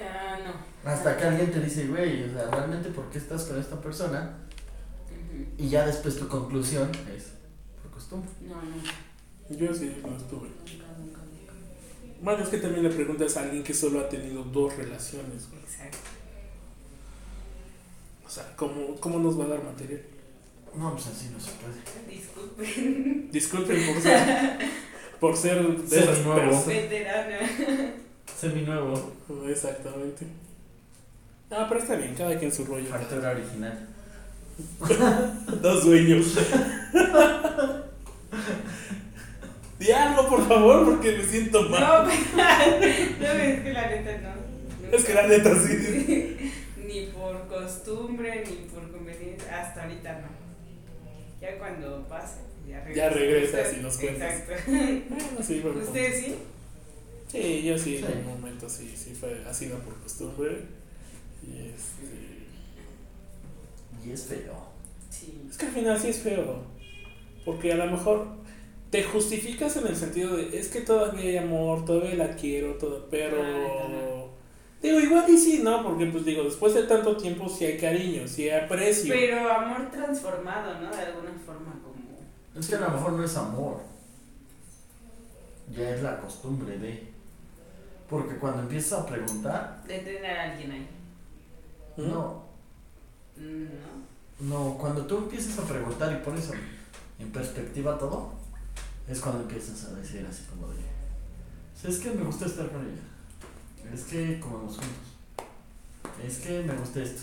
S3: Ah, no.
S2: Hasta que alguien te dice, güey, o sea, realmente, ¿por qué estás con esta persona?
S3: Ujú. Ujú.
S2: Y ya después tu conclusión es por costumbre.
S3: No, nunca,
S1: Yo sí, no estuve.
S3: nunca, nunca, nunca.
S1: Bueno, es que también le preguntas a alguien que solo ha tenido dos relaciones, güey.
S3: Exacto.
S1: O sea, ¿cómo, cómo nos va a dar material?
S2: No, pues así no se puede.
S3: Disculpen,
S1: Disculpen por ser, por ser de esas
S2: Seminuevo.
S1: personas.
S3: veterana.
S2: Seminuevo.
S1: Exactamente. Ah, pero está bien, cada quien su rollo.
S2: Factura original.
S1: Dos dueños. Di algo, por favor, porque me siento
S3: No,
S1: mal.
S3: no, es que la neta no.
S1: Es que la neta sí.
S3: Ni por costumbre, ni por conveniencia. Hasta ahorita no. Ya cuando pase, ya regresas.
S1: Ya regresas y nos cuentas.
S3: Exacto.
S1: Bueno, sí, bueno.
S3: ¿Ustedes Pues sí?
S1: Sí, yo sí, en
S2: Sí.
S1: algún momento sí, sí fue así no por costumbre. Y este,
S2: Y es feo.
S3: Sí.
S1: es que al final sí es feo. Porque a lo mejor te justificas en el sentido de es que todavía hay amor, todavía la quiero, todo, pero
S3: Ajá.
S1: digo, igual y sí, ¿no? Porque pues digo, después de tanto tiempo sí hay cariño, sí hay aprecio.
S3: Pero amor transformado, ¿no? De alguna forma, como.
S2: Es que a lo mejor no es amor. Ya es la costumbre de. Porque cuando empiezas a preguntar,
S3: De tener a alguien ahí.
S1: ¿Mm?
S2: no,
S3: Mm, ¿No?
S2: no, cuando tú empiezas a preguntar y pones en- en perspectiva todo, es cuando empiezas a decir así como de, "Sí, es que me gusta estar con ella, es que comemos juntos, es que me gusta esto,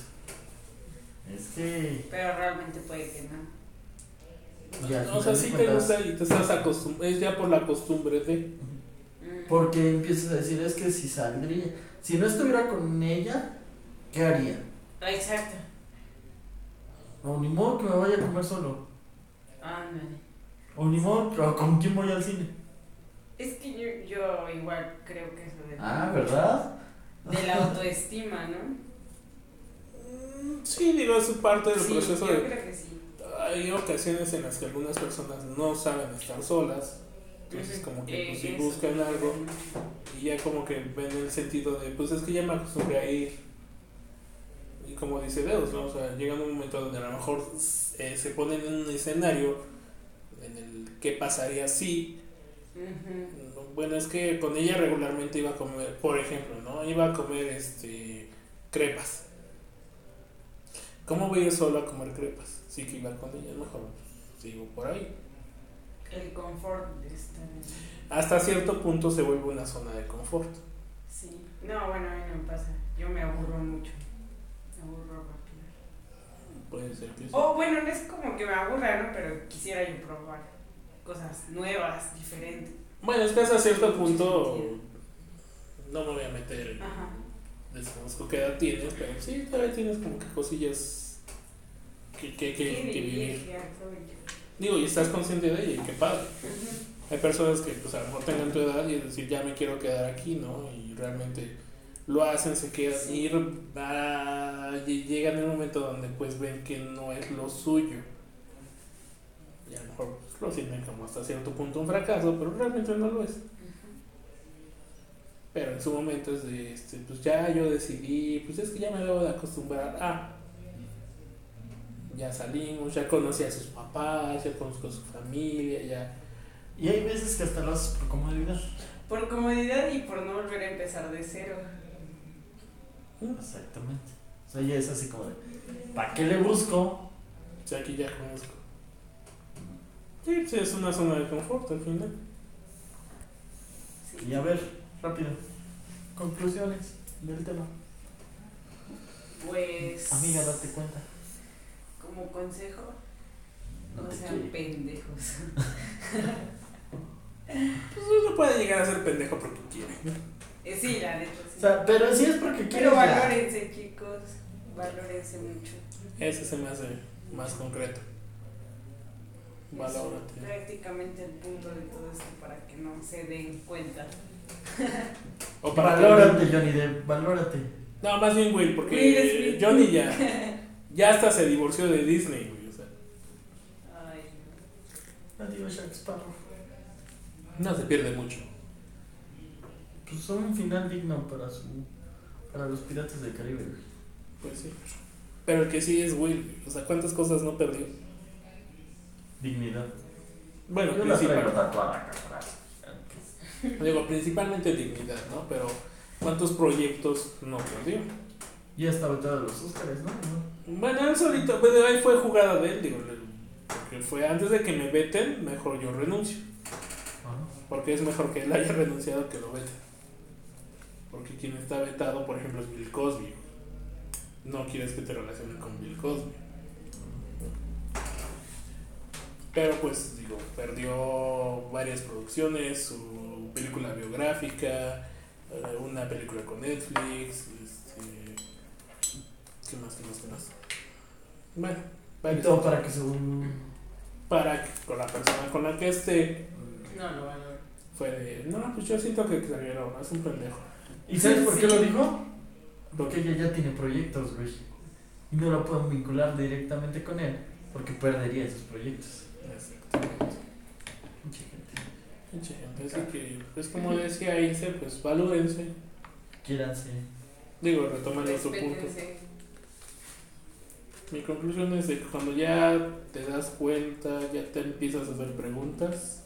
S2: es que
S3: Pero realmente puede que no.
S2: Y al
S1: o sea,
S2: final de
S1: sí te
S2: cuentas-
S1: gusta y te estás acostumbrado, es ya por la costumbre de...
S3: Mm.
S2: Porque empiezas a decir, es que si saldría, si no estuviera con ella, ¿qué haría?
S3: Exacto.
S2: O ni modo que me vaya a comer solo.
S3: Ándale.
S2: O ni modo que- o con quién voy al cine.
S3: Es que yo, yo igual creo que es lo de.
S2: Ah, ¿verdad?
S3: De la autoestima, ¿no?
S1: Mm, Sí, digo, es parte del
S3: Sí,
S1: proceso
S3: yo
S1: de
S3: creo que sí.
S1: hay ocasiones en las que algunas personas no saben estar solas, entonces
S3: Ujú.
S1: como que
S3: Eh,
S1: pues, si
S3: eso.
S1: buscan algo y ya como que ven el sentido de pues es que ya me acostumbré a ir y como dice Deus, ¿no? O sea, llega un momento donde a lo mejor eh, se ponen en un escenario en el qué pasaría si,
S3: Ujú.
S1: bueno es que con ella regularmente iba a comer, por ejemplo, ¿no? Iba a comer este crepas. ¿Cómo voy yo solo a comer crepas? Sí que iba con ella, mejor pues, sigo por ahí.
S3: El confort de estar en-
S1: hasta cierto punto se vuelve una zona de confort.
S3: Sí. No, bueno, a mí no me pasa. Yo me aburro mucho. Me aburro rápido.
S1: Puede ser que sí.
S3: O bueno, no es como que me aburra, ¿no? Pero quisiera yo probar cosas nuevas, diferentes.
S1: Bueno, es que hasta cierto punto no me voy a meter,
S3: Ajá.
S1: desconozco qué edad tienes, pero sí, todavía tienes como que cosillas que, que, que- que vivir.
S3: que aprovechar.
S1: Digo, y estás consciente de ello, y qué padre.
S3: Ujú.
S1: Hay personas que pues a lo mejor tengan tu edad y decir, ya me quiero quedar aquí, ¿no? Y realmente lo hacen, se quedan,
S3: Sí.
S1: y va- y llegan en un momento donde pues ven que no es lo suyo. Y a lo mejor pues, lo sienten como hasta cierto punto un fracaso, pero realmente no lo es. Pero en su momento es de, este, pues ya yo decidí, pues es que ya me debo de acostumbrar a... Ya salimos, ya conocí a sus papás, ya conozco a su familia, ya...
S2: Y hay veces que hasta lo haces por comodidad.
S3: Por comodidad y por no volver a empezar de cero.
S2: Exactamente. O sea, ya es así como de, ¿para qué le busco?
S1: O sea, aquí ya conozco. Sí, pues, es una zona de confort al final.
S3: Sí.
S2: Y a ver, rápido. Conclusiones del tema.
S3: Pues.
S2: Amiga, date cuenta.
S3: Como consejo,
S2: No
S3: no
S2: te
S3: sean
S2: quiere.
S3: pendejos.
S1: Pues uno puede llegar a ser pendejo porque quiere.
S3: Eh, Sí, la neta. sí.
S2: O sea, pero si es porque quiero
S3: Pero valórense, chicos. Valórense mucho. Este,
S1: Ese se me hace más concreto. Valórate.
S3: Es prácticamente el punto de todo esto para que no se den cuenta.
S1: O para
S2: Valórate, Johnny Depp, valórate.
S1: No, más bien Will,
S3: Will
S1: porque
S3: Smith.
S1: Johnny ya, ya hasta se divorció de Disney, güey. O sea,
S3: Ay,
S2: Adiós, Jack Sparrow.
S1: no se pierde mucho.
S2: Pues son un final digno para su. para los piratas del Caribe. güey.
S1: Pues sí. Pero el que sí es Will. güey. O sea, ¿cuántas cosas no perdió?
S2: Dignidad.
S1: Bueno,
S2: Yo la traigo
S1: principalmente,
S2: tatuada acá atrás.
S1: digo, principalmente dignidad, ¿no? Pero ¿cuántos proyectos no perdió?
S2: Ya está vetada de los Óscares, ¿no? ¿no?
S1: Bueno, él solito, pues ahí fue jugada de él, digo, le- porque fue antes de que me veten, mejor yo renuncio,
S2: Ajá.
S1: porque es mejor que él haya renunciado que lo veten. Porque quien está vetado, por ejemplo, es Bill Cosby. No quieres que te relacionen con Bill Cosby. Pero pues, digo, perdió varias producciones, su película biográfica, eh, una película con Netflix, este, ¿Qué más, qué más, qué más? Bueno,
S2: Y
S1: varias.
S2: todo para que según.
S1: para que con la persona con la que esté
S3: No lo valoro.
S1: fue de, no, pues yo siento que exageró, es un pendejo.
S2: ¿Y sabes por qué lo dijo?
S1: Porque
S2: Porque ella ya tiene proyectos, güey. Y no lo pueden vincular directamente con él, porque perdería esos proyectos.
S1: Exactamente.
S2: Mucha gente.
S1: Pinche gente, así que, pues como decía Ilse, pues valórense.
S2: Quíranse.
S1: Digo, retomando su punto.
S3: Respétense.
S1: Mi conclusión es de que cuando ya te das cuenta, ya te empiezas a hacer preguntas,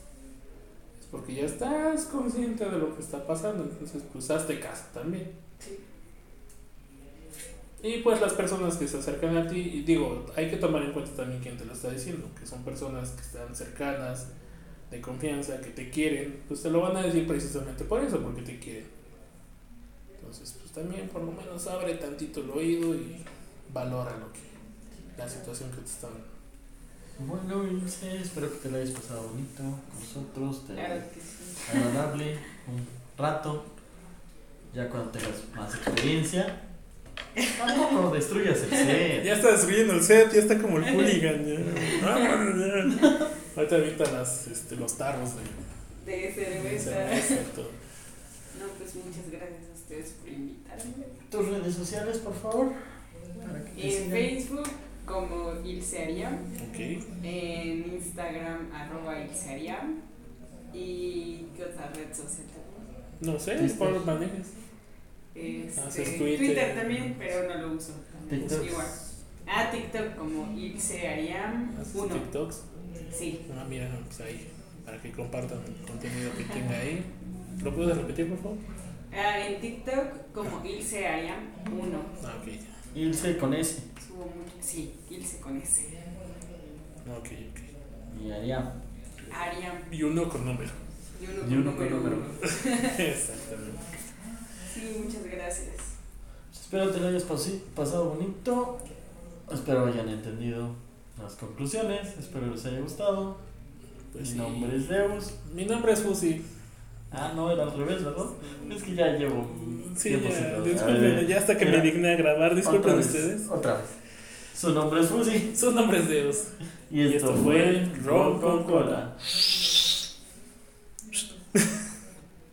S1: es porque ya estás consciente de lo que está pasando, entonces pues hazte caso también.
S3: Sí.
S1: Y pues las personas que se acercan a ti, y digo, hay que tomar en cuenta también quién te lo está diciendo, que son personas que están cercanas, de confianza, que te quieren, pues te lo van a decir precisamente por eso, porque te quieren. Entonces, pues también por lo menos abre tantito el oído y valora lo que la situación que te están.
S2: Bueno, Ilse, espero que te la hayas pasado bonito con nosotros,
S3: Claro
S2: te
S3: que sí.
S2: agradable un rato. Ya cuando tengas más experiencia, tampoco destruyas el set.
S1: Ya está destruyendo el set, ya está como el hooligan. ya. Ahorita avientan las, este, los tarros de
S3: De
S1: de
S3: cerveza.
S1: cerveza y todo.
S3: No, pues muchas gracias a ustedes por invitarme.
S2: Tus redes sociales, por favor. Para que te
S3: En
S2: sigan.
S3: Facebook como Ilse Ariam.
S1: Ok.
S3: En Instagram, arroba Ilsariam. ¿Y qué otra red social tengo?
S1: No sé,
S2: Twitter.
S1: por los manejes.
S3: Este,
S1: Haces Twitter.
S3: Twitter. también, pero no lo uso.
S2: TikTok.
S3: Igual. Ah, TikTok como Ilsariam
S1: Haces
S3: 1.
S1: TikToks.
S3: Sí.
S1: Ah, mira, pues ahí. Para que compartan el contenido que tenga ahí. ¿Lo puedes repetir, por favor?
S3: Ah, en TikTok como Ilse Ariam 1.
S1: Ah, ok, ya.
S2: Ilse con S.
S3: Subo mucho. Sí, Ilse con S.
S1: Ok, ok.
S2: Y haría.
S3: Ariam.
S1: Y uno con número.
S3: Y uno
S2: Y
S3: con
S2: uno con número.
S3: número uno.
S1: Exactamente.
S3: Sí, muchas gracias.
S2: Pues Espero te lo hayas pasi- pasado bonito. Espero hayan entendido las conclusiones. Espero les haya gustado.
S1: Pues
S2: Mi
S1: sí.
S2: nombre es Deus.
S1: Mi nombre es Fusi.
S2: Ah, no, era al revés, ¿verdad? Es que ya llevo. un
S1: Sí,
S2: tiempo sin
S1: ya,
S2: grabar.
S1: disculpen, ya hasta que
S2: Mira,
S1: me digné a grabar,
S2: otra
S1: disculpen
S2: vez,
S1: ustedes.
S2: Otra vez. Su nombre es Fusi.
S1: Sus nombres de Dios.
S2: Y esto, fue Ron con Cola.